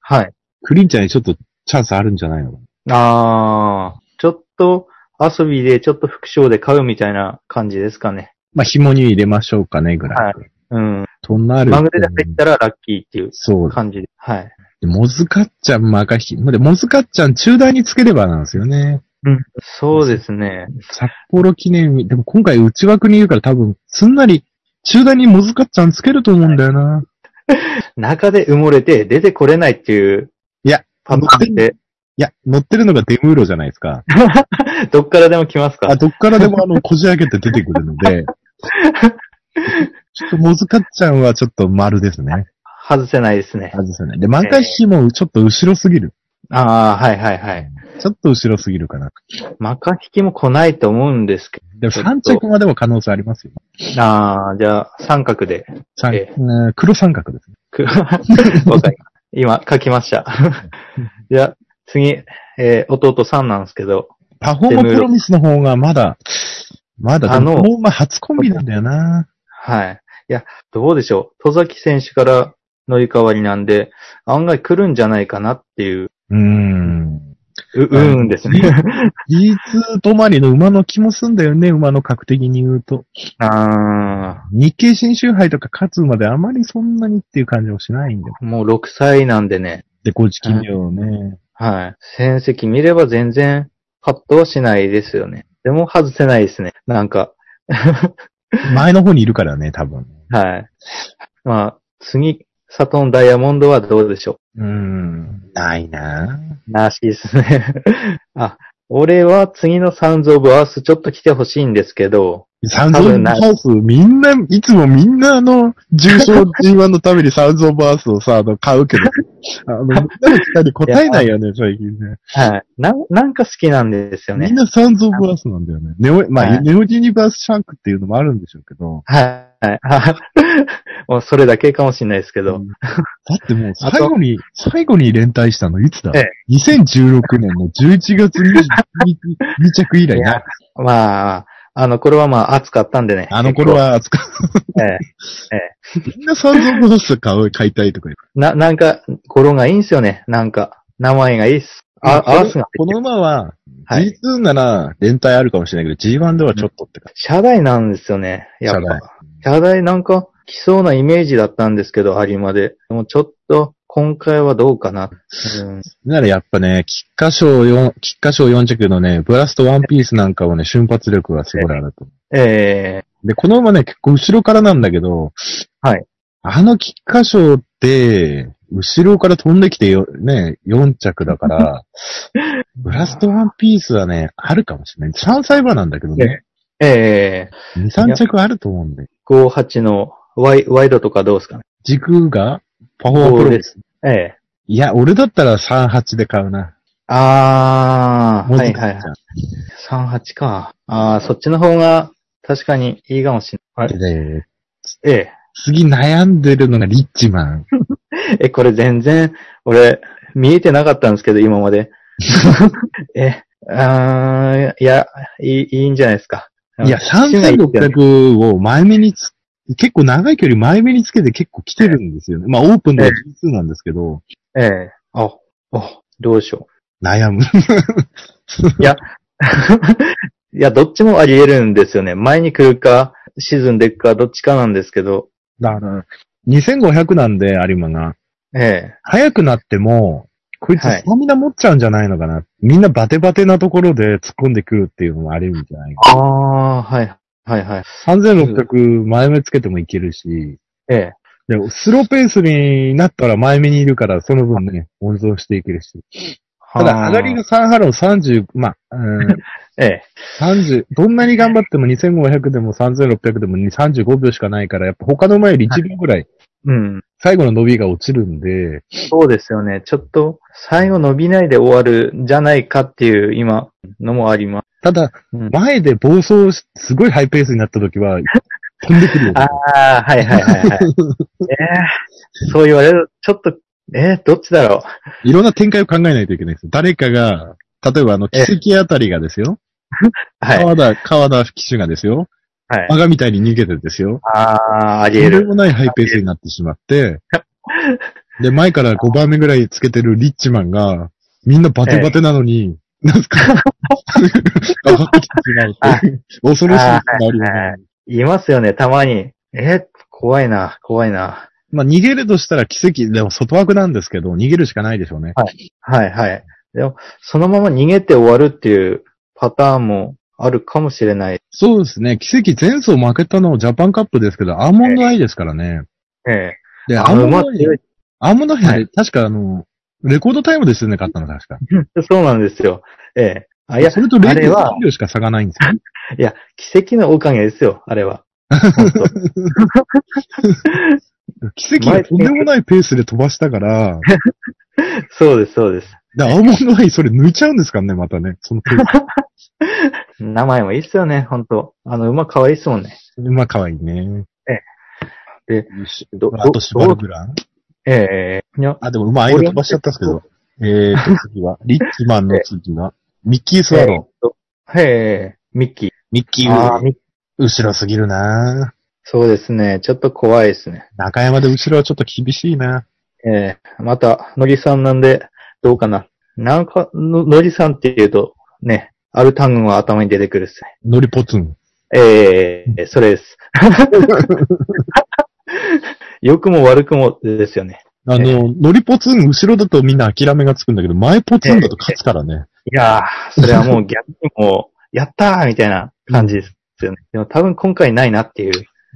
はい。
クリンチャーにちょっとチャンスあるんじゃないの
あー、ちょっと遊びでちょっと副賞で買うみたいな感じですかね。
まあ、紐に入れましょうかね、ぐらい。
はいうん。
となると。
マグネだけ行ったらラッキーっていう
そうだ。
感じで。はい。
でモズカッチャンマカヒ。で、モズカッチャン中大につければなんですよね。
そうですね。
札幌記念日。でも今回内枠にいるから多分、すんなり中大にモズカッチャンつけると思うんだよな。
中で埋もれて出てこれないっていう。
いや、
パターンで、
いや、乗ってるのがデムーロじゃないですか。
どっからでも来ます
あ、
か
どっからでもあの、こじ開けて出てくるので。ちょっとモズカッチャンはちょっと丸ですね。
外せないですね。
外せない。で、マカヒもちょっと後ろすぎる。
ああ、はいはいはい。
ちょっと後ろすぎるかな。
マカ引きも来ないと思うんですけ
でも
ちょっ
3
と
着までも可能性ありますよ。
ど。ああ、じゃあ、三角で。
三
え
うん黒三角ですね。
くわかり今、書きました。 じゃあ、次、えー弟さんなんですけど。
パフォーマープロミスの方がまだ、まだ、
あ
あ
の
の、パフォーマー初コンビなんだよな。
はい。いや、どうでしょう。戸崎選手から乗り換わりなんで、案外来るんじゃないかなっていう、
うーん。
う、うんですね。
G2 止まりの馬の気もすんだよね、馬の格的に言うと。
あ
日経新州杯とか勝つまであまりそんなにっていう感じもしないんだよ。
ーもう6歳なんでね。
で、こじきみをね。
はい。戦績見れば全然パッとはしないですよね。でも外せないですね。なんか。
前の方にいるからね、多分。
はい。まあ、次、サトンダイヤモンドはどうでしょ
うーん。ないなぁ
うなしですね。 あ、俺は次のサウンズオブアースちょっと来てほしいんですけど、
サウンズオブアース、みんな、いつもみんなあの、重症 G1 のためにサウンズオブアースをさ、あの、買うけど、あ の、みんなの期待に答えないよね、最近ね。
はい。な、なんか好きなんですよ
み
ね
ん。なサウンズオブアースなんだよね。ネオ、まあ、
はい
ネオユニバースシャンクっていうのもあるんでしょうけど。
はい。 はい。もうそれだけかもしれないですけど。
うんだってもう最後に、最後に連帯したのいつだ、
え
?2016 年の11月22日、2着以来
いや
な。
まあ、あの頃はまあ暑かったんでね。
あの頃は扱
結構。ええ
う。みんなサンドバース買う、買いたいとか言 う
な、なんか、語呂がいいんすよね。なんか、名前がいいっす。あ、合わすが
この馬は、
はい
G2 なら連帯あるかもしれないけど、G1 ではちょっとって感
車台なんですよね。やっ
車
ぱ。車台なんか、来そうなイメージだったんですけど、有馬で。でもちょっと、今回はどうかな。うん、
じ。ならやっぱね、菊花賞4、菊花賞4着のね、ブラストワンピースなんかはね、瞬発力がすごいあると思
ええ
う。で、この馬ね、結構後ろからなんだけど、
はい。
あの菊花賞って、後ろから飛んできてよ、ね、4着だ から、ブラストワンピースはね、あるかもしれない。3歳馬なんだけどね、
ええ
2、3着あると思うんで。
58のワイワイドとかどうですかね。
軸がパフォーマン
そ
プ
う
ロ
です。ええ
いや、俺だったら38で買うな。
ああ、
もう
は
ちょ
い
っと
はいはい。38か。ああ、そっちの方が確かにいいかもしれない。はい
で、
ええ
次悩んでるのがリッチマン。
え、これ全然、俺、見えてなかったんですけど、今ま で。え、あーいや、いい、いいんじゃないですか。
いや、3600を前目につ、結構長い距離前目につけて結構来てるんですよね。まあ、オープンでは G2 なんですけど、
ええ。あ、あ、どうしよ
悩む。
う。い や、どっちもあり得るんですよね。前に来るか、沈んでいくか、どっちかなんですけど。
だから、2500なんで、有馬が。
え
早くなっても、こいつ
はい
スタミナ持っちゃうんじゃないのかな。みんなバテバテなところで突っ込んでくるっていうのもあり得るんじゃないか。
え。ああ、はい、はい、はい。
3600前目つけてもいけるし、
ええ。
でもスローペースになったら前目にいるから、その分ね、温存していけるし。ただ、
はあ
上がりが。3ハロー30、まあ、うん、
ええ。
30、どんなに頑張っても2500でも3600でも35秒しかないから、やっぱ他の前より1秒ぐらい、
うん。
最後の伸びが落ちるんで、
そうですよね。ちょっと、最後伸びないで終わるんじゃないかっていう、今、のもあります。
ただ、
うん
前で暴走し、すごいハイペースになった時 は、飛んでくるよ。
ああ、はいはいはいはい。ええそう言われる。ちょっと、えー、どっちだろう。
いろんな展開を考えないといけないです。誰かが、例えばあの、奇跡あたりがですよ。
はい。
川田、川田騎手がですよ。
はい。
バカみたいに逃げてですよ。
ああ、あり
とん
得
で
る。
もないハイペースになってしまって、 で、前から5番目ぐらいつけてるリッチマンが、みんなバテバテなのに、なんすか、頑張ってきてしまうっていう、恐ろしいことがあるよ
はいは
ね。
いますよね、たまに。えー、怖いな、怖いな。
まあ、逃げるとしたら奇跡、でも外枠なんですけど、逃げるしかないでしょうね。
はいはい。でも、そのまま逃げて終わるっていうパターンもあるかもしれない。
そうですね。奇跡前走負けたのジャパンカップですけど、アーモンドアイですからね。
ええ
で、ア
あ
ー
の
モンド
馬
アイ
強い。
アーモンドアイで、確かあの、レコードタイムですよね、勝ったの確か。
そうなんですよ。ええあ、いや、
それと0.3
あれは
秒しか差がないんですよ。
いや、奇跡のおかげですよ、あれは。本 当
奇跡がとんでもないペースで飛ばしたから、
そうです、そうです。
で、青物の愛それ抜いちゃうんですからね、またね。そのペー
名前もいいっすよね、本当あの、馬可愛いっすもんね。
ス。まあ、可愛いね。
ええで
よし、
ど
あとシュバルグラン
ええいや、
あ、でも、まあ、間飛ばしちゃったんですけど。えーと、次は、リッチマンの次は、ミッキー・スワロー。
へえミッキー。
ミッキー
ああ、
は、
ミッキー
後ろすぎるな
そうですね。ちょっと怖いですね。
中山で後ろはちょっと厳しいな
えー、また、のりさんなんで、どうかな。なんか、ののりさんって言うと、ね、アルタングは頭に出てくるっすね。
ノリポツン。
え ー、それです。 良くも悪くもですよね。
あ
え
の、ノリポツン、後ろだとみんな諦めがつくんだけど、前ポツンだと勝つからね。
いやー、それはもう逆にもう、やったーみたいな感じですよね。 でも多分今回ないなっていう。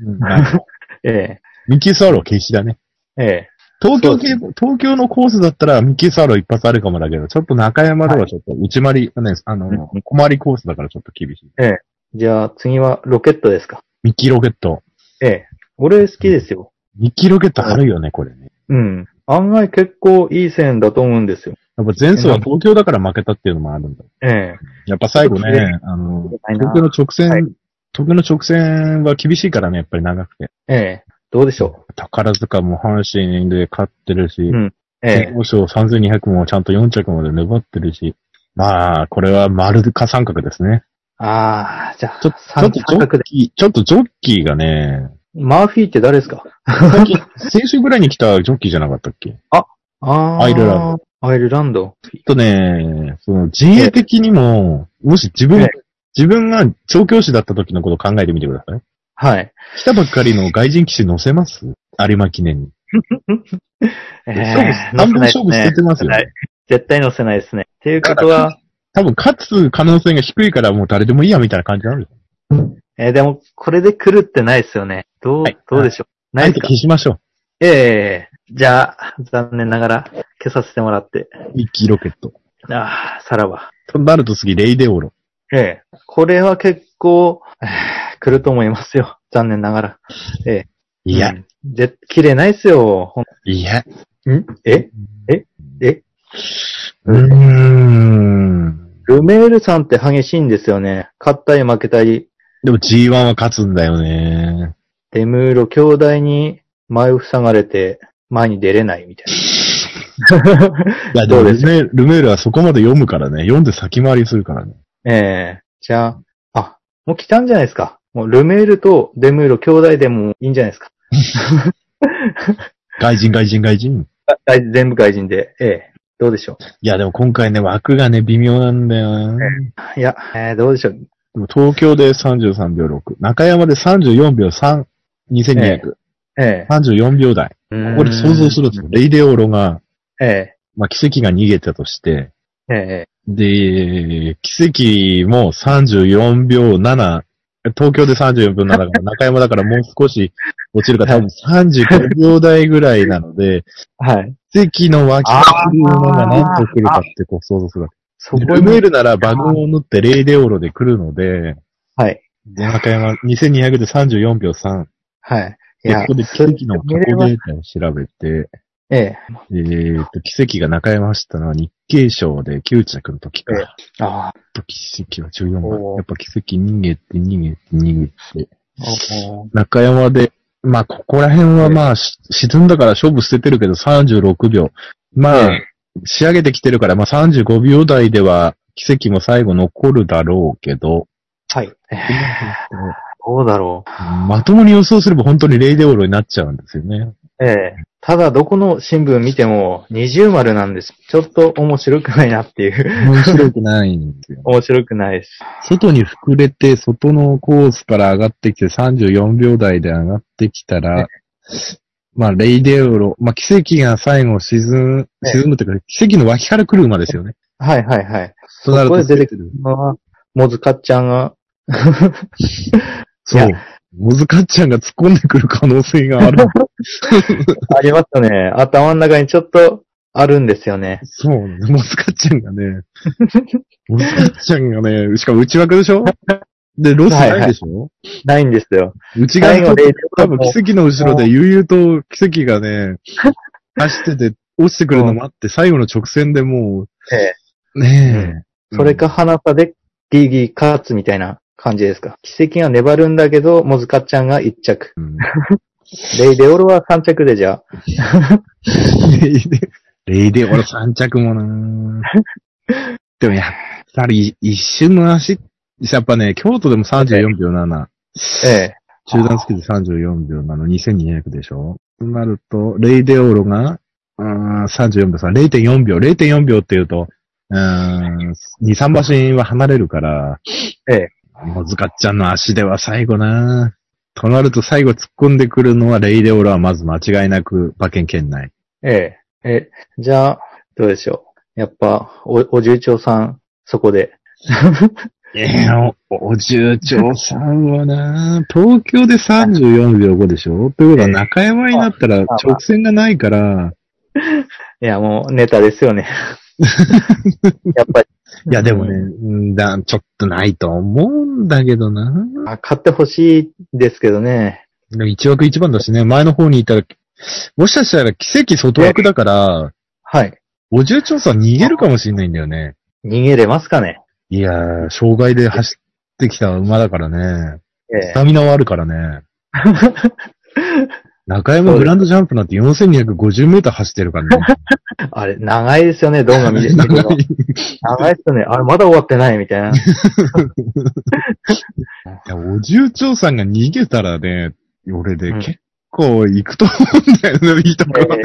うんあの
え
ミッキー・スワロー決死だね。
ー、え
東京系、
そう
東京のコースだったら、ミッキーサーロー一発あるかもだけど、ちょっと中山ではちょっと内回り、ね、あの
うん、
小回りコースだからちょっと厳しい。
ー、じゃあ次はロケットですか。
ミッキーロケット。
ええー、俺好きですよ。
ミッキーロケットあるよね、これね。
うん。案外結構いい線だと思うんですよ。
やっぱ前走は東京だから負けたっていうのもあるんだ。
ええ
やっぱ最後
そうです
ね、あの、
ないな
東京の直線、
はい
東京の直線は厳しいからね、やっぱり長くて。
ええどうでしょ
宝塚も阪神で勝ってるし、
うんう。え
前後賞3200もちゃんと4着まで粘ってるし、まあ、これは丸か三角ですね。
ああ、じゃあ、
ちょちょっ
三
とジ
三
ョ
角
ッ
で。
キー、ちょっとジョッキーがね、
マーフィーって誰ですか
最 近、先週ぐらいに来たジョッキーじゃなかったっけちょ
ああ。
アイルラン
ド。アイルランド。
っとね、その陣営的にも、もし自分、
ええ
自分が調教師だった時のことを考えてみてください。
はい。
来たばっかりの外人騎士乗せます有馬記念に。勝負半分
え乗せない
勝負捨ててますよ、
はい
ね。
絶対乗せないですね。っていうことは、
多分勝つ可能性が低いからもう誰でもいいやみたいな感じなんですよ。
えーでも、これで来るってないですよね。どう、
はい
どうでしょう。
な
ない
い
で
と
すか
消しましょう。
ええじゃあ、残念ながら消させてもらって。
ミッキーロケット。
ああ、さらば。
となると次、レイデオロ。
ええこれは結構、えー来ると思いますよ。残念ながら。
いや
う、ん。で、切れないですよ。ほん
いや。
えええ
うーん。
ルメールさんって激しいんですよね。勝ったり負けたり、
でも G1 は勝つんだよね。
デムーロ兄弟に前を塞がれて、前に出れないみたい な。
いや、でも
どうで
ル
す
メルメールはそこまで読むからね。読んで先回りするからね。
ええじゃあ、あ、もう来たんじゃないですか。もうルメールとデムーロ兄弟でもいいんじゃないですか。
外人、外人、外人。
あ全部外人で。ええどうでしょ
いや、でも今回ね、枠がね、微妙なんだよな。
う。いや、えーどうでしょう。
でも東京で33秒6。中山で34秒3。2200。
ええ
34秒台。ここで想像すると、レイデオロが、
え
まあ、奇跡が逃げたとして、
ええ
で、奇跡も34秒7、東京で34秒7だから、中山だからもう少し落ちるから、多分35秒台ぐらいなので、
えはい。
奇跡の脇っていうのが何と来るかってこう想像する。
そこ
ルメー
に、
ルならバグを縫ってレイデオロで来るので、
はい。
で中山2200で34秒3。
はい。い
で、
や
ここで奇跡の過去
それは
データを調べて、
ええ
えーっと、奇跡が中山走ったのは日経賞で9着の時か。
ええ
やっ
ああ
ぱ奇跡は14番
お。ー
やっぱ奇跡逃げて逃げて逃げて。
おー
中山で、まあ、ここら辺はまあ、し沈んだから勝負捨ててるけど36秒。まあ
え、
仕上げてきてるから、まあ35秒台では奇跡も最後残るだろうけど、
はい。ええどうだろ
まともに予想すれば本当にレイデオールになっちゃうんですよね。
う。ええただ、どこの新聞見ても、二重丸なんです。ちょっと面白くないなっていう。
面白くないんですよ。
面白くないです。
外に膨れて、外のコースから上がってきて、34秒台で上がってきたら、まあ、レイデオロ、まあ、奇跡が最後沈む、
ええ
沈むというか、奇跡の脇から来る馬ですよね。
はいはいはい。
となると
そこで出てくまあ、もずかっちゃんが、
そう
い。
モズカッちゃんが突っ込んでくる可能性がある。
ありますね。頭の中にちょっとあるんですよね。
そうね。モズカッちゃんが ね、モズカッちゃんがね、しかも内枠でしょで、ロスないでしょ、
ないんですよ。
内側に
最後で
多分奇跡の後ろで悠々と奇跡が ね、走ってて、落ちてくるのもあって、最後の直線でも
え
う、ねえ。
それか、花さでギーギー勝つみたいな感じですか。奇跡が粘るんだけど、もずかっちゃんが1着。
うん。
レイデオロは3着でじゃあ。
レイデ、レイデ、俺3着も なぁでもやっぱり一瞬の足、やっぱね、京都でも34秒7、
え
中段スキーで34秒7、2200でしょとなると、レイデオロが、うーん、34秒3、0.4秒、0.4秒っていうと、うーん、2、3馬身は離れるから、
ええ
もずかっちゃんの足では最後なとなると最後突っ込んでくるのはレイデオロはまず間違いなく馬券圏内。
ええええじゃあ、どうでしょう。やっぱ、お、お重長さん、そこで。
ええお、お重長さんはな、東京で34秒5でしょということ は中山になったら直線がないから、
いや、もうネタです よね。やっぱり。
いやでもね、うんだ、ちょっとないと思うんだけどな。
あ。買ってほしいですけどね。
でも一枠一番だしね、前の方にいたら、もしかしたら奇跡外枠だから、
はい。
お重長さん逃げるかもしれないんだよね。
逃げれますかね。
いやー、障害で走ってきた馬だからね。
ええ
スタミナはあるからね。中山グランドジャンプなんて4250メーター走ってるからね。
あれ、長いですよね、動画見てるの。
長いい
長いですよね。あれ、まだ終わってない みたいな。
や、お重長さんが逃げたらね、俺で結構行くと思うんだよね、いいとこ
え
ろまで。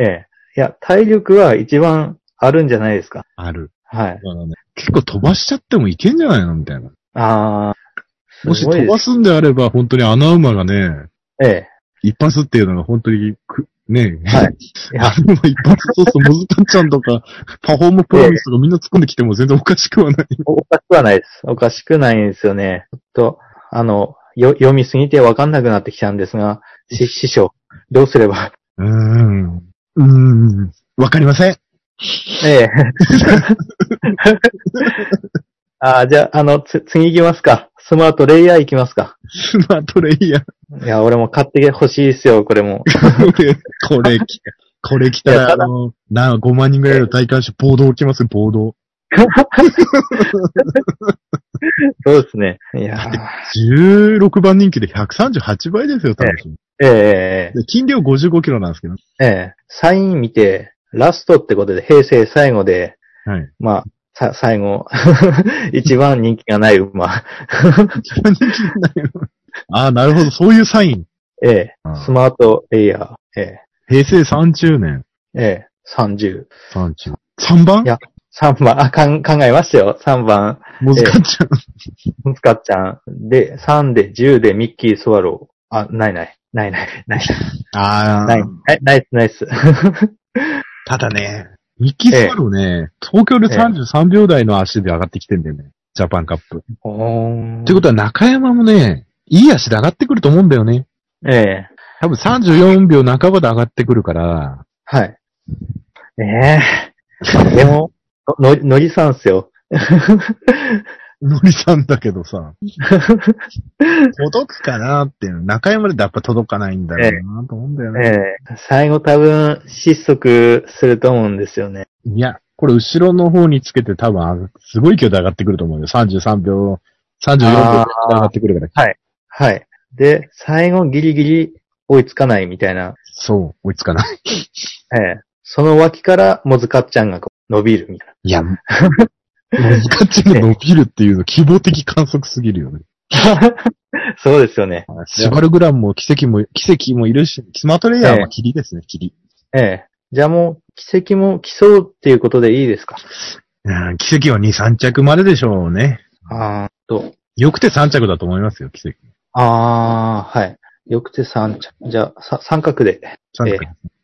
えええいや、体力は一番あるんじゃないですか。
ある。
はい
だ。からね結構飛ばしちゃってもいけんじゃないのみたいな。
ああ、
もし
すごい
飛
で
ば
す。
すんであれば、本当に穴馬がね、
ええ。
一発っていうのが本当にく、ねえ。
はい。い や
あれも一発そうそう、モズタンちゃんとか、パフォームプロミスとかみんな突っ込んできても全然おかしくはない。
おおかしくはないです。おかしくないんですよね。ちょっと、あの、よ、読みすぎてわかんなくなってきたんですが、し、師匠、どうすれば。
うーん。うーん。わかりません。
え え。あーじゃあ、あの、つ、次行きますか。スマートレイヤー行き ますか。
スマートレイヤー。
いや、俺も買って欲しいですよ、これも。
これ、 これ来た。これ来た
いや
ら、あ
ただ
の、な、5万人ぐらいの体感者、暴動起きますよ、暴動。
そうですね。いやー、
16番人気で138倍ですよ、多分。
ええええ
で筋量55キロなんですけど。
ええ、サイン見て、ラストってことで、平成最後で、
はい。
まあ、さ、最後、 一番人気がない馬。
一番人気になる。ああ、なるほど、そういうサイン。
ええ、スマートレイヤー。え
平成30年。
え、ええ、30。
30。3番
いや3番、あ、かん、考えましたよ。3番、
もずかちゃん。
スカちゃん。で、3で、10で、ミッキー・スワロー。あ、ないない。ないない。ない
あ
ない。ないナイス、ナイス。
ただね、ミッキースワローね、東京で33秒台の足で上がってきてんだよね。ジャパンカップ。
おー
ってことは中山もね、いい足で上がってくると思うんだよね。
ええ。
多分34秒半ばで上がってくるから、
はい。ええでも、の、のりさんっす よ。
ノリさんだけど さ、届くかなっていう、中山でやっぱ届かないんだろうなと思うんだよ
え
ね。
え最後多分失速すると思うんですよね。
いや、これ後ろの方につけて多分、すごい勢いで上がってくると思うよ。33秒、34秒で上がってくるから。
はい。で、最後ギリギリ追いつかないみたいな。
そう、追いつかない。
ええその脇からもずかっちゃんがこう伸びるみたい
いや、 もずかちゃんが伸びるっていうの、希望的観測すぎるよね。
な。そうですよね。
シバルグラムも奇跡も、奇跡もいるし、スマートレイヤーは霧ですね、霧。
ええじゃあもう、奇跡も来そうっていうことでいいですか
うん奇跡は2、3着まででしょうね。
あーと。
よくて3着だと思いますよ、奇跡。
ああ、はい。よくて三着。じゃあ、さ三角で。
三着。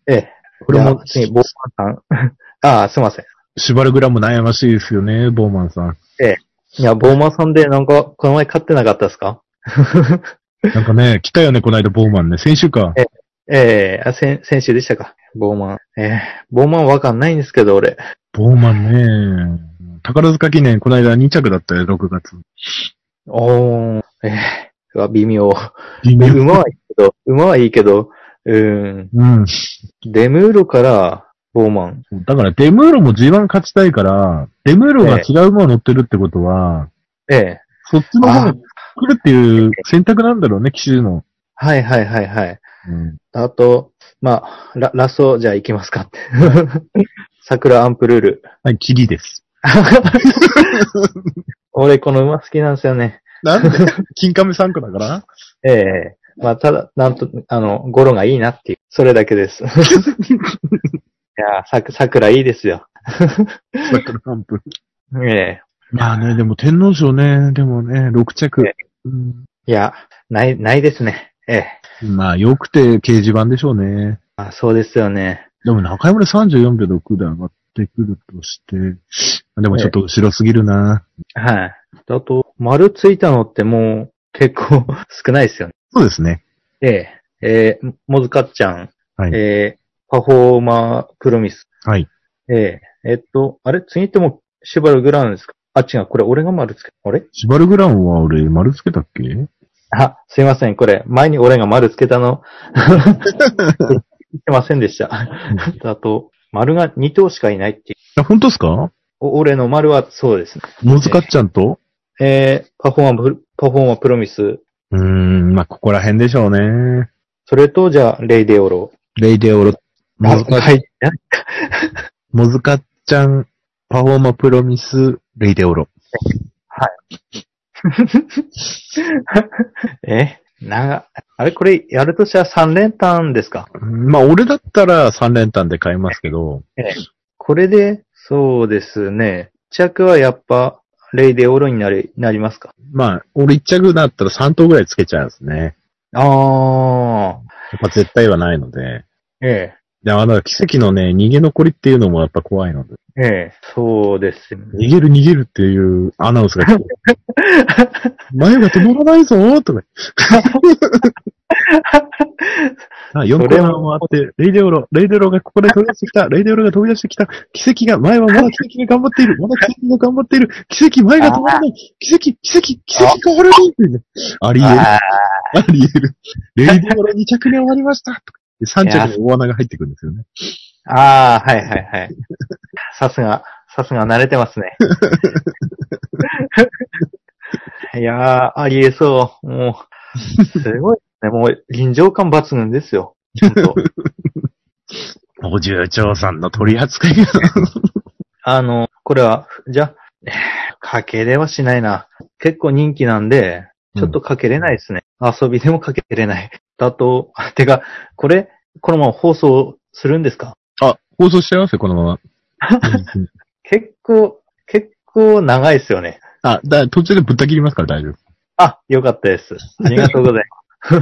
ええ。
これ
じゃ
も
あ、次、ボーマンさん。ああ、すいません。
シバルグラム悩ましいですよね、ボーマンさん。
いや、ボーマンさんで、なんか、この前勝ってなかったですか
なんかね、来たよね、この間ボーマンね。先週か。
ええあ、先、先週でしたか。ボーマン。ええボーマンわかんないんですけど、俺。
ボーマンね。宝塚記念、この間2着だったよ、6月。
おー、ええうわ、微妙。
微
で
妙
馬はいいけど、馬はいいけど、うーん。
うん。
デムーロから、ボーマン。
だから、デムーロも G1 勝ちたいから、デムーロが違う馬を乗ってるってことは、
ええ
そっちの方
あ
が来るっていう選択なんだろうね、騎手の。
はいはいはいはい。
うん。
あと、まあ、ラ、ラスト、じゃあ行きますかって。 桜アンプルール。
はい、キリです。
俺、この馬好きなんですよね。
なんで金亀3区だ から
ええまあ、ただ、なんと、あの、語呂がいいなっていう、それだけです。い やー、さく、桜いいですよ。
桜ランプ。
ええ
まあね、でも天皇賞ね、でもね、6着。
え
うん
いや、ない、ないですね。ええ
まあ、よくて掲示板でしょうね。
あ、そうですよね。
でも中山で34秒6で上がってくるとして、でもちょっと後ろすぎるな。
はい。あと、丸ついたのってもう、結構 少ないですよね。
そうですね。
ええええもずかっちゃん。
はい
ええパフォーマープロミス。
はい。
えええっと、あれ次ってもう、しばらくグランですかあ、違う、これ俺が丸つけ、あれ
シバルグランは俺、丸つけたっけ
あ、すいません。これ、前に俺が丸つけたの、言ってませんでした。あと、丸が2頭しかいないっていう。
あ本当ですか
お俺の丸はそうですね。
モズカッちゃんと
えー、パフォーマープロ、パフォーマープロミス。
うーん、まあ、ここら辺でしょうね。
それと、じゃあ、レイデオロ。
レイデオロ、もずか、
はい。
もずかっちゃん、パフォーマプロミス、レイデオロ。
え長、あれこれ、やるとしたら3連単ですか
まあ、俺だったら3連単で買いますけど、
これで、そうですね。着はやっぱ、レイデオロになり、なりますか
まあ、俺1着だったら3頭ぐらいつけちゃうんですね。
ああ、
やっぱ絶対はないので。
え
で、あの、奇跡のね、逃げ残りっていうのもやっぱ怖いので。
え、ええ、そうですね。
逃げる逃げるっていうアナウンスが来て、前が止まらないぞ とか。あ4コーナーもあって、レイデオロ、レイデオロがここで飛び出してきた、レイデオロが飛び出してきた、奇跡が、前はまだ奇跡が頑張っている、まだ奇跡が頑張っている、奇跡、前が止まらない、奇跡、奇跡、奇跡が終わるねありえる、
あ
ありえる。レイデオロ2着目終わりましたとかで !3 着に大穴が入ってくるんですよね。
あ、ああ、はいはいはい。 さすが、さすが慣れてますね。 いやー、ありえそう。もう、すごいね。もう、臨場感抜群ですよ。本 当
お重長さんの取り扱 いが。
あの、これは、じゃ、えーかけれはしないな。結構人気なんで、ちょっとかけれないですね。遊びでもかけれない。だと、 てか、これ、このまま放送するんですか
あ、放送してますよ、このまま。
結構、結構長いですよね。
あ、だ、途中でぶった切りますから大丈夫。
あ、よかったです。ありがとうございます。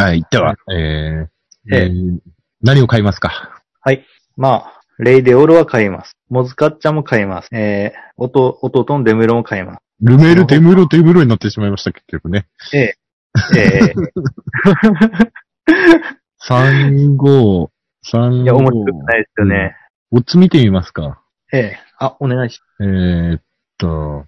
はい、では、えー、
え
えー何を買いますか
まあ、レイデオロは買います。モズカッチャも買います。えー、弟、弟のデムロも買いま
ルメール、デムロ、デムロになってしまいました、結局ね。
す。えー、えー、
3、5、3、
いや、面白くないですよね。
オッズ見てみますか。
ええあ、お願いし
えー、っと、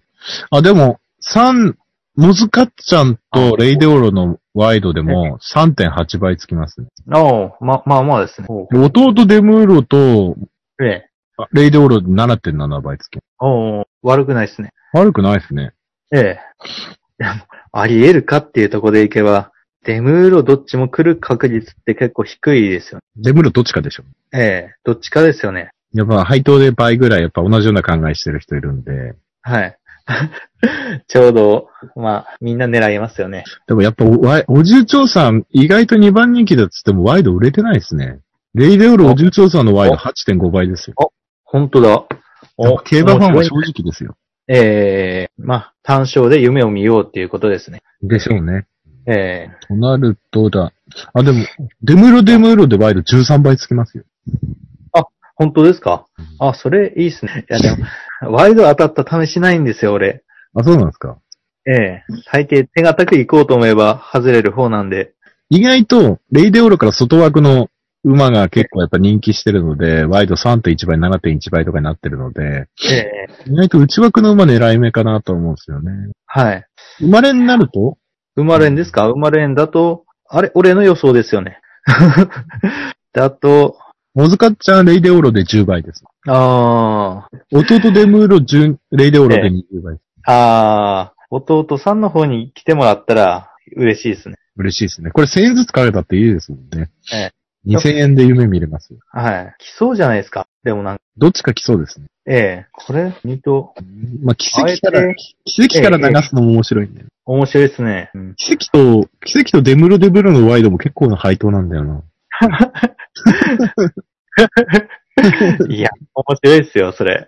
あ、でも、3、モズカッチャンとレイデオロのワイドでも3.8倍つきますね。
ます。おうま、まあまあですね。おう
弟デムーロと
ええ
あレイデオロで7.7倍つき。
おう悪くないですね。
悪くないですね。
ええ。でもあり得るかっていうところでいけば、デムーロどっちも来る確率って結構低いですよね。
デムーロどっちかでしょ。
ええ、どっちかですよね。
やっぱ配当で倍ぐらいやっぱ同じような考えしてる人いるんで。
はい。 ちょうど、まあ、みんな狙いますよね。
でもやっぱお、わお重長さん意外と2番人気だっつってもワイド売れてないですね。レイデオロお重長さんのワイド
お
8.5倍ですよ。
本当だ。
やっぱ競馬ファンは正
面白い
直ですよ。
ええまあ、単勝で夢を見ようっていうことですね。
でしょうね。
ええ
となるとだ。あ、でも、デムーロデムーロでワイド13倍つきますよ。
本当ですかあ、それいいですね。いや、でも、ワイド当たった試しないんですよ、俺。
あ、そうなんですか。
ええ、大抵手堅く行こうと思えば外れる方なんで。
意外と、レイデオロから外枠の馬が結構やっぱ人気してるので、ワイド3.1倍、7.1倍とかになってるので、
ええ、
意外と内枠の馬狙い目かなと思うんですよね。
はい。
生まれになると
生まれんですか生まれんだと、あれ、俺の予想ですよね。 だと、
モズカッチャーレイデオロで10倍です。
あー
弟デムーロ10、レイデオロで20倍です。
あー、弟さんの方に来てもらったら嬉しいですね。
嬉しいですね。これ1000円ずつかけたっていいですもんね。
え
2000円で夢見れますよ。
はい。来そうじゃないですか。でもなんか、
どっちか来そうですね。
ええ、これ、見と、
まあ、奇跡か
あ
ら
え、
奇跡から流すのも面白いんだよ。
面白いですね。うん
奇跡と、奇跡とデムーロデムーロのワイドも結構な配当なんだよな。
いや、面白いですよ、それ。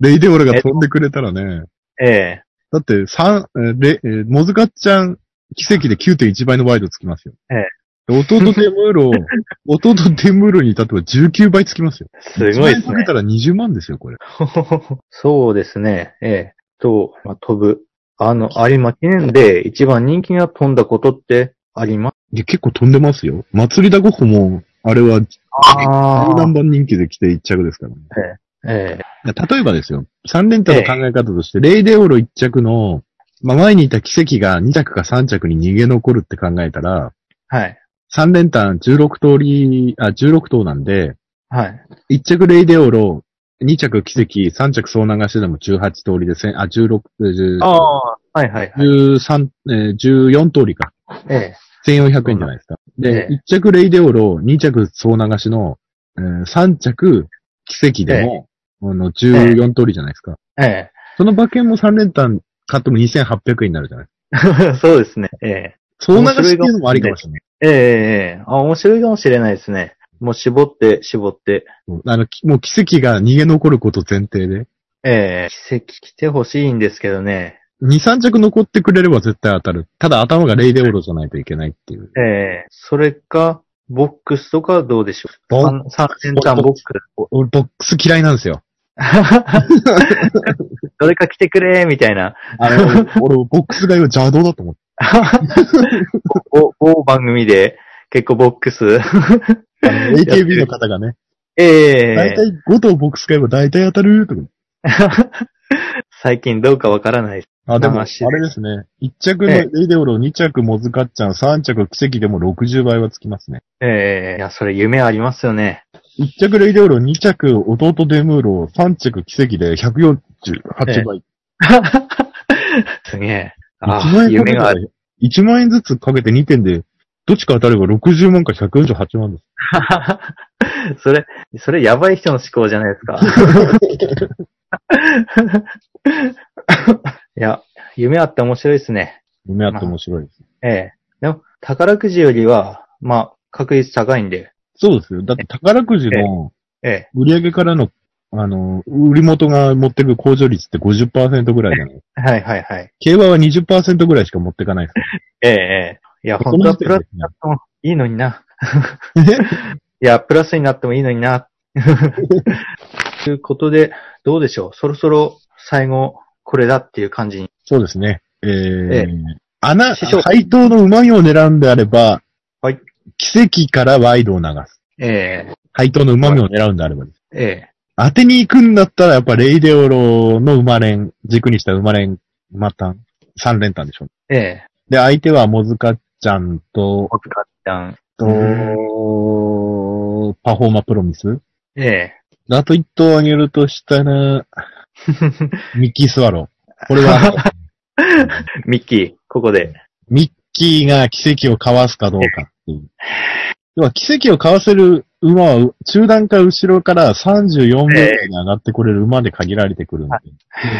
レイデオロが飛んでくれたらね。
ええ。
だって、三、えーレ、えーモズガッチャン、奇跡で9.1倍のワイドつきますよ。
ええ
で弟デムー ロ、弟デムーロに至っては19倍つきますよ。
すごいで
1万円
す
か
ね
けた。ら20万ですよ、これ。
そうですね。ええ。と、まあ、飛ぶ。あの、有馬記念で一番人気が飛んだことってあります
いや、結構飛んでますよ。祭りだごっこも、あれは、
あ
何番人気で来て1着ですからね。
ええ。
だから例えばですよ、3連単の考え方として、レイデオロ1着の、まあ、前にいた奇跡が2着か3着に逃げ残るって考えたら、
はい。
3連単16通り、あ、16頭なんで、
はい。
1着レイデオロ、2着奇跡、3着総流しでも18通りで、せんあ、16、
ああ、はいはいはい。
13、えー14通りか。
ええ。
1400円じゃないですか。
え
で、
え
1着レイデオロ、2着総流しの、えー3着奇跡でも、あの14通りじゃないですか。
ええ。
その馬券も3連単買っても2800円になるじゃない
そうですね。ええ。
総流しっていうのもありかもしれない。
ええ、ええ。あ、面白いかもしれないですね。もう絞って、絞って。
うんあの、きもう奇跡が逃げ残ること前提で、
ええ。奇跡来てほしいんですけどね。
2、3着残ってくれれば絶対当たる。ただ頭がレイデオロじゃないといけないっていう。
ええ。それか、ボックスとかどうでしょう。
ボ
あの三連単ボックス。
俺ボックス嫌いなん ですよ。
どれか来てくれ、みたいな。
あれ、俺、俺ボックスが今邪道だと思って。
お、某番組で、結構ボックス。
あの AKB の方がね、
え
だい
え
たい5頭ボックス買えばだいたい当たるとか。
最近どうかわからないです。
あ、でも、
ま
あ
あ知ら
れですね。1着のレイデオロ、2着モズカッチャン、3着奇跡でも60倍はつきますね。
ええいや、それ夢ありますよ ね。
1着レイデオロ、2着弟デムーロ、3着奇跡で148倍。
すげえ。
1
ああ、
万円かけ
夢
た
があ
ら
る。、
1万円ずつかけて2点で、どっちか当たれば60万か148万です。
それ、それやばい人の思考じゃないです か。いや、夢あって面白いですね。
夢あって面白いです。
ええでも、宝くじよりは、まあ、確率高いんで。
そうですよ。だって宝くじの
ええ。
売り上げからの、あの、売り元が持ってく控除率って50%ぐらいじゃない ですか。
はいはいはい。
競馬は20%ぐらいしか持ってかないですから。
ええええ。いや、本当はプラスになってもいいのにな。
その時点でね
いや、プラスになってもいいのにな。 ということで、どうでしょう。そろそろ最後、これだっていう感じに。
そうですね。えー、
ええ
穴、
師匠
配当のうまみを狙うんであれば、
はい。
奇跡からワイドを流す。
え
配当のうまみを狙うんであればです。
ええ
当てに行くんだったら、やっぱレイデオロの馬連、軸にした馬連、また、三連単でしょう、
えええ
で、相手はモズカちゃんと、
おつかちゃん。
と、
う
パフォーマプロミス。
ええ
あと一頭あげるとしたら、ミッキースワロー。これは、
ミッキー、ここで。
ミッキーが奇跡をかわすかどうかっていう。要は奇跡をかわせる馬は、う中段から後ろから34秒台に上がってこれる馬で限られてくるんで。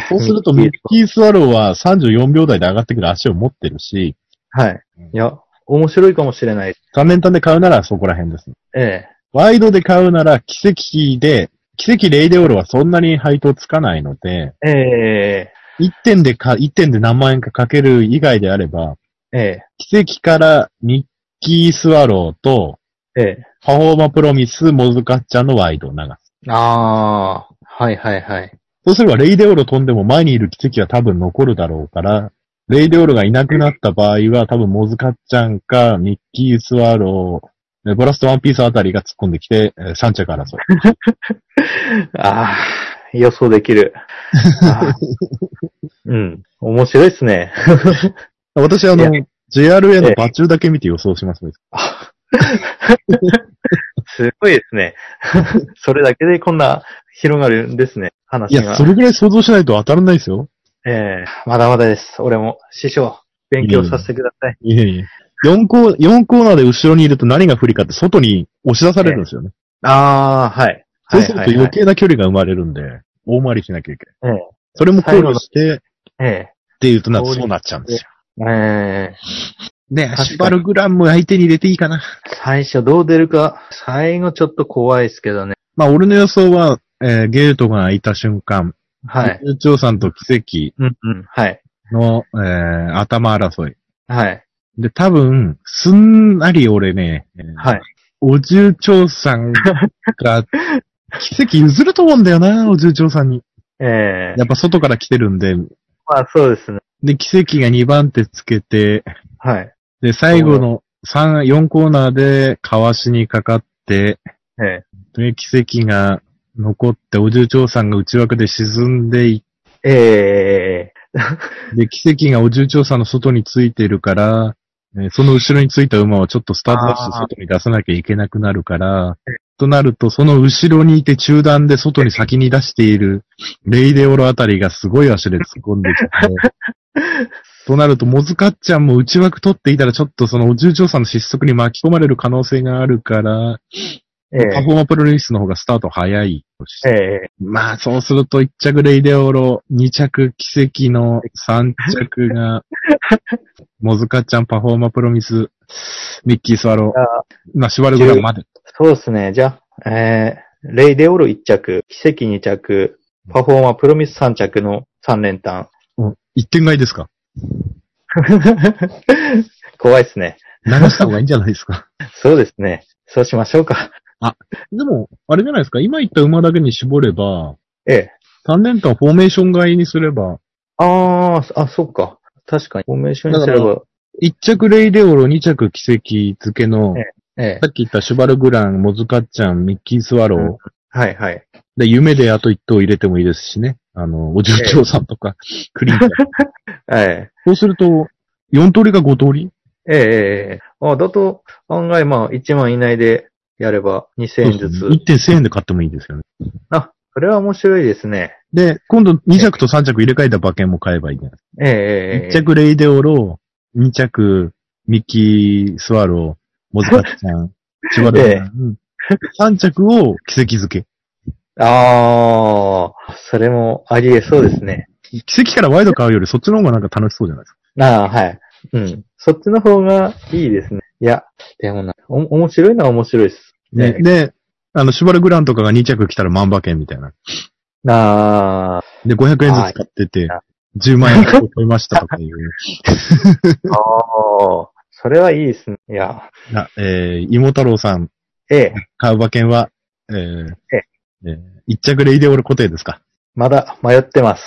そうすると、ミッキースワローは34秒台で上がってくる足を持ってるし、
はい。いや、面白いかもしれない。
3連単で買うならそこら辺ですね。
ええ
ワイドで買うなら奇跡で、奇跡レイデオールはそんなに配当つかないので、
ええ
1点でか、1点で何万円かかける以外であれば、
ええ
奇跡からミッキースワローと、
ええ
パフォーマプロミス、モズカッチャのワイドを流す。
ああ、はいはいはい。
そうすれば、レイデオロ飛んでも前にいる奇跡は多分残るだろうから、レイデオロがいなくなった場合は、多分モズカッチャンか、ミッキースワロー、えブラストワンピースあたりが突っ込んできて、えー三着争い。
ああ、予想できる。あー うん、面白いですね。
私、あ
いや
の、JRA の馬中だけ見て予想しますね。
すごいですね。 それだけでこんな広がるんですね、
い
話が。
や、それぐらい想像しないと当たらないですよ。
ええまだまだです。俺も、師匠、勉強させてください。
いえいえ。4コー、四コーナーで後ろにいると何が不利かって外に押し出されるんですよね。
ああ、はい。
そうする
は
と
いはいは
余
い
計な距離が生まれるんで、大回りしなきゃいけない。
ええ
それも考慮して、
え
っていうとな、そうなっちゃうんですよ。
えええ
ね
確かに
シュバルグラム相手に入れていいかな。
最初どう出るか、最後ちょっと怖いですけどね。
まあ、俺の予想は、えーゲートが開いた瞬間、
はい。。
長さんと奇
うんうん。はい。
跡の、えー頭争い。
はい。
で、多分、すんなり俺ね、えー
はい。
お重長さん が、奇跡譲ると思うんだよな、お重長さんに。
ええ
やっぱ外から来てるんで、
まあそうですね。
で、奇跡が2番手つけて、
はい。
で、最後の3、4コーナーで、かわしにかかって、
ええ
で、奇跡が残って、お重長さんが内枠で沈んでい
ええ
っで、奇跡がお重長さんの外についてるから、えーその後ろについた馬はちょっとスタートダッシュ
あー
外に出さなきゃいけなくなるから、となると、その後ろにいて中段で外に先 に出している、レイデオロあたりがすごい足で突っ込んできて、となると、もずかっちゃんも内枠取っていたら、ちょっとその、お重長さんの失速に巻き込まれる可能性があるから、
え
パフォーマープロレスの方がスタート早いとし
え、え
て。まあ、そうすると、1着レイデオロ、2着奇跡の3着 が、もずかっちゃん、パフォーマープロミス、ミッキー・スワロ
あ
ー、まあ、シュワルグラムまで。
そうですね。じゃあ、えー、レイデオル1着、奇跡2着、パフォーマープロミス3着の3連 単。
うん一点買いですか
怖いですね。
流した方がいいんじゃないですか
そうですね。そうしましょうか。
でも、あれじゃないですか、今言った馬だけに絞れば、
ええ。
3連単をフォーメーション買いにすれば、
あー、あ、そっか。確かに。フォーメーションにすれ
だか
ば、
1着レイデオロ、2着奇跡付けの、
えええ。
さっき言ったシュバルグラン、モズカッチャン、ミッキースワロー、
はいはい。
で、夢であと1頭入れてもいいですしね。あの、お重長さんとか、クリーンちゃ ん。
え
そうすると、4通りか5通り
え。ええええええ。あ、だと、案外まあ、1万以内でやれば2000円ずつ。
1.1000円で買ってもいいですよね。
あ、それは面白いですね。
で、今度2着と3着入れ替えた馬券も買えばいいじゃないですか
ええええええ。
一着レイデオロー、二着ミッキー・スワロー、モズカッチャ ン、シュバル
ええ
ガンうん三着を奇跡づ け。
あー、それもありえそうですね。
奇跡からワイド買うよりそっちの方がなんか楽しそうじゃないですか。
ああ、はい。うん。そっちの方がいいですね。いや、でもな、お、面白いのは面白いです。
ね
え
で、あの、シュバルグランとかが二着来たら万馬券みたいな。
あ
で、500円ずつ買ってて、10万円超えましたとかいう。
あ、ああ、それはいいですね。いや、
なえー、芋太郎さん、
ええ、
買う馬券は、えー
え
えー一着レイデオロ固定ですか
まだ迷って ます。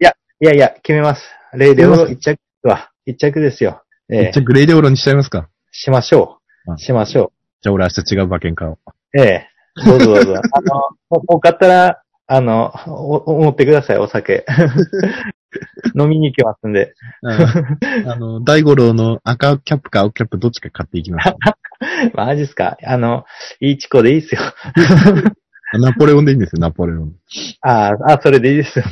いや、いやいや、決めます。レイデオの一着は、一着ですよ。ええ
一、着レイデオロにしちゃいますか
しましょ
う
う。
ん
しましょ
じゃあ俺明日違う馬券買おう。
う。ええ、どうぞど うぞ。あの、ももう買ったら、あの、お、お持ってください、お 酒。飲みに行きますんで。
うんあの、大五郎の赤キャップか青キャップどっちか買っていきます。
マジっすかあの、いいチコでいいっすよ。
ナポレオンでいいんですよ、ナポレオン。
ああ、あ、それでいいです よ。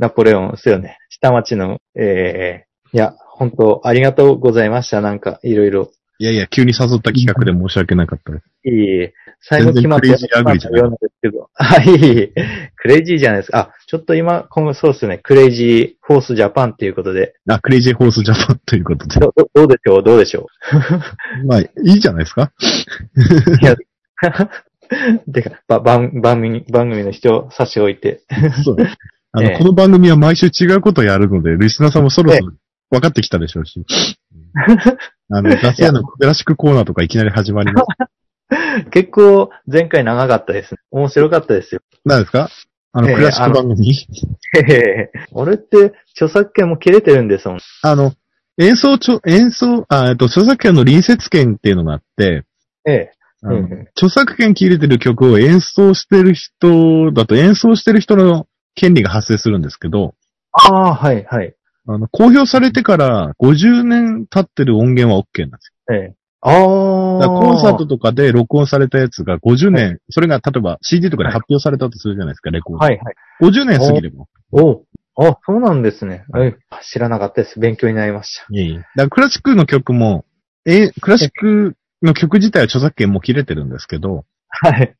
ナポレオンですよね。下町の、ええいや、本当ありがとうございました。なんか、いろいろ。
いやいや、急に誘った企画で申し訳なかったです。
いいえ。最後決まって
全然クレイジーアグリじゃない
ようなんですけど。あ、いいえ。クレイジーじゃないですか。あ、ちょっと今、今後そうですね。クレイジーフォースジャパンっていうことで。
あ、クレイジーホースジャパンということで。
どどどうでしょうどうでしょ
まあ、いいじゃないですか。
ういや、 てか、ば、番、番組、番組の人を差し置いて。
そうあの、
ええ
この番組は毎週違うことをやるので、リスナーさんもそろそろ分かってきたでしょ うし。あの、ガス屋のクラシックコーナーとかいきなり始まります。
結構、前回長かったですね。面白かったですよ。
何ですかあの、
ええ
クラシック番組、
へへへ あれって、著作権も切れてるんですもん。
あの、演奏ちょ、演奏、あ、えっと、著作権の隣接権っていうのがあって、
ええ。
あの
うんうん
著作権切れてる曲を演奏してる人だと演奏してる人の権利が発生するんですけど、
ああ、はい、はい。
あの、公表されてから50年経ってる音源は OK なんです
ええ。あ
よ。
あ。
だからコンサートとかで録音されたやつが50年、それが例えば CD とかで発表されたとするじゃないですか、レコード。
はい、はい。
50年過ぎれば。
おあ、そうなんですね。はい。知らなかったです。勉強になりました。
いえいえだからクラシックの曲も、え、クラシックの曲自体は著作権も切れてるんですけど、
はい。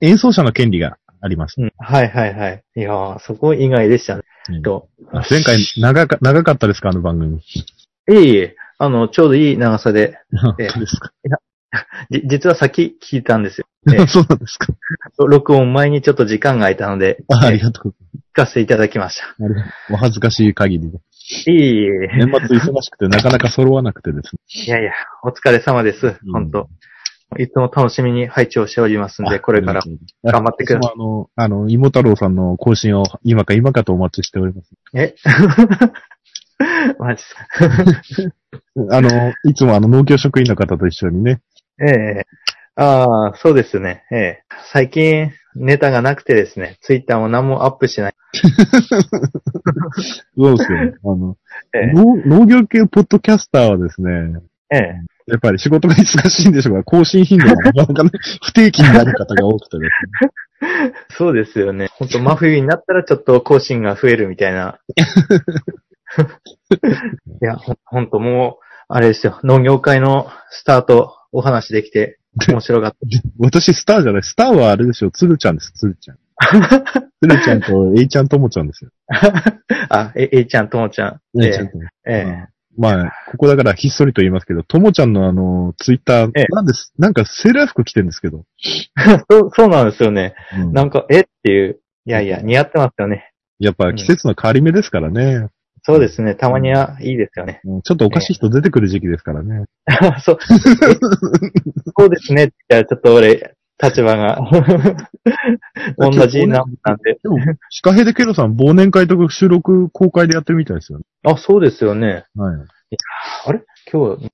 演奏者の権利があります。
うん、はい、はい、はい。いやー、そこ以外でしたね。
うん
と。
あ前回長か長かったですか、あの番組。
いえいえ、あの、ちょうどいい長さで、
本
ええ
当ですか。
じ、実は先聞いたんですよ。ええ
そうなんですか。
ろ録音前にちょっと時間が空いたので、
ああ
え
り
え
がとう
聞かせていただきました。
ございます。お恥ずかしい限りで。
いえいえ。
年末忙しくてなかなか揃わなくてですね。
いやいや、お疲れ様です。
うん
本当、いつも楽しみに拝聴しておりますん で、
あ
これから。。頑張ってくださ
い。私もあの、あの、芋太郎さんの更新を今か今かとお待ちしております。
え マジっすか。
あの、いつもあの、農協職員の方と一緒にね。
ええああ、そうですね。ええ最近、ネタがなくてですね、ツイッターも何もアップしない。
そうですよ ね。あの、
ええ
農農業系ポッドキャスターはですね、
ええ
やっぱり仕事が忙しいんでしょうが、更新頻度がなかなかね、 不定期になる方が多くてですね。
そうですよね。本当真冬になったらちょっと更新が増えるみたいな。いや、ほんほんともう、あれですよ、農業界のスタート、お話で きて、面白かった。
私、スターじゃない。スターはあれでしょ。つるちゃんです、つる ちゃん。つるちゃんと、えいちゃんともちゃんですよ。
あ、え、えいちゃん、ともちゃん。
えいちゃん
え
とも
え、ええ。
まあ、ここだからひっそりと言いますけど、ともちゃんのあの、ツイッター、
ええ
なんです、なんかセーラー服着てるんですけど。
そう、そうなんですよね。
うん
なんか、えっていう。いやいや、似合ってますよね。
やっぱ季節の変わり目ですからね。
そうですね。たまにはいいですよね。
うんちょっとおかしい人出てくる時期ですからね。
そう、そうですね。って言ったらちょっと俺、立 場が、 同じな、なんで。
でも、シカヘデケロさん忘年会とか収録公開でやってるみたいですよね。
あ、そうですよね。
はい。
あれ今日、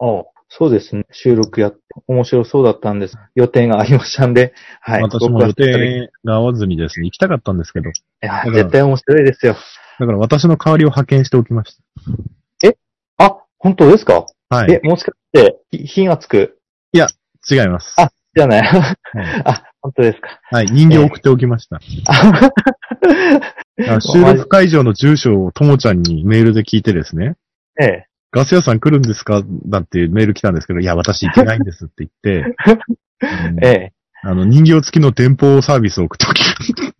あそうですね。収録やって、面白そうだったんです。予定がありましたんで、はい。
私も
僕は
予定が合わずにですね、行きたかったんですけど、
いや、絶対面白いですよ。
だから私の代わりを派遣しておきまし
あ、本当ですか、
た。はい
え。、もしかして、ひ火がつく
違います。
あじゃない。
い
あ、本当ですか。
はい。人形を送っておきました。
あ
あ収録会場の住所をともちゃんにメールで聞いてですね、
ええ。
ガス屋さん来るんですかなんてメール来たんですけど、いや、私行けないんですって言 って、うん
え え。
あの、人形付きの電報サービスを送っておきました。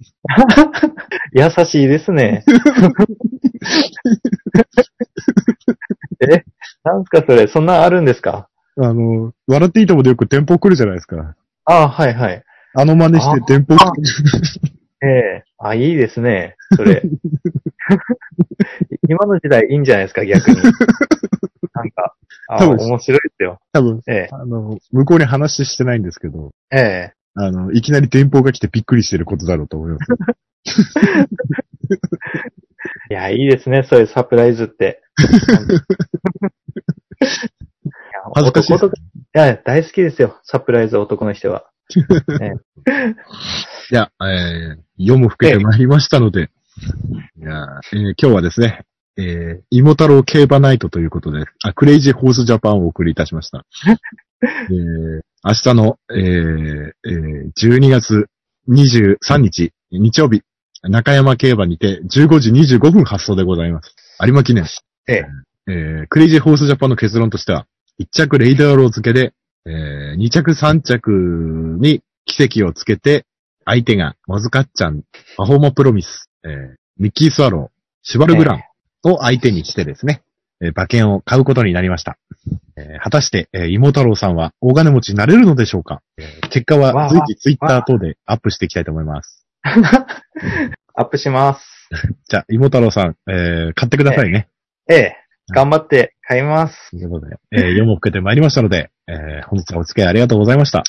優しいですね。 え、なんすかそれ、そんなんあるんですか
あの、笑っていいともでよく電報来るじゃないですか。
あはいはい。
あの真似して電報来る。
ええあ、いいですね。それ。今の時代いいんじゃないですか、逆に。なんか、あ
多分
面白いですよ。
多分、
ええ
あの、向こうに話してないんですけど、
ええ
あの、いきなり電報が来てびっくりしてることだろうと思い ます。
いや、いいですね、そういうサプライズって。
恥ずかしいです
男といや、大好きですよ、サプライズ男の人は。
いや、えー、夜も更けてまいりましたので、いやー、えー今日はですね、えー、芋太郎競馬ナイトということで、あ、クレイジーホースジャパンをお送りいたしま した。えー、明日の、えーえー、12月23日、日曜日、中山競馬にて15時25分発送でございます。有馬記念。
ええ
えークレイジーホースジャパンの結論としては、1着レイダーロー付けで、えー2着3着に奇跡をつけて、相手がモズカッチャン、パフォーマプロミス、えーミッキースワロー、シュバルグランを相手にしてですね、えー馬券を買うことになりました。えー果たして、えー、芋太郎さんは大金持ちになれるのでしょうか、えー結果は
わあ
随時ツイッター等でアップしていきたいと思います。
アップします。
じゃあ、芋太郎さん、えー買ってくださいね。
ええ、頑張って買います。
ということで、えー、夜も更けてまいりましたので、えー本日はお付き合いありがとうございました。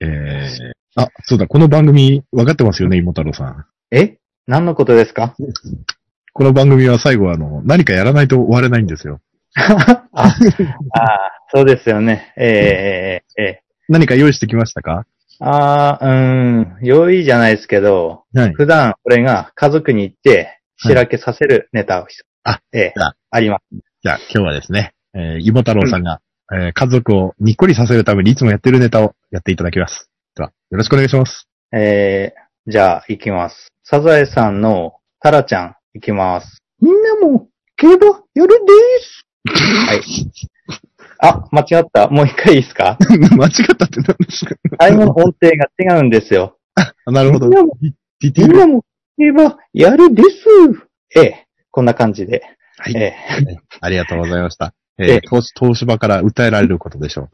えー、あ、そうだ、この番組、分かってますよね、芋太郎さん。
え何のことで すか
この番組は最後、あの、何かやらないと終われないんですよ。
ああ、そうですよね。ええええええ。
何か用意してきましたか
ああ、うーん、良いじゃないですけど、
はい。
普段俺が家族に行って、しらけさせるネタを、
あ、
ええ
じゃあ、
あります。
じゃあ、今日はですね、えー、芋太郎さんが、えー家族をにっこりさせるためにいつもやってるネタをやっていただきます。では、よろしくお願いします。
えー、じゃあ、行きます。サザエさんのタラちゃん、行きます。
みんなも、
競馬、やるです。はい。あ、間違った。もう一回いいです か
間違ったって何ですか
最後の音程が違うんですよ。
あなるほど。
みんなも
ディティ
み
ール。
んなも競馬、やるです。ええ、こんな感じで。
はい
え え、
ありがとうございました。
え
え
え
ー、東東芝から訴えられることでしょう。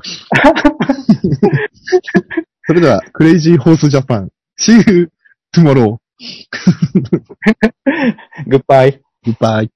それでは、クレイジーホースジャパン、See you tomorrow.
グッバイ。
Goodbye.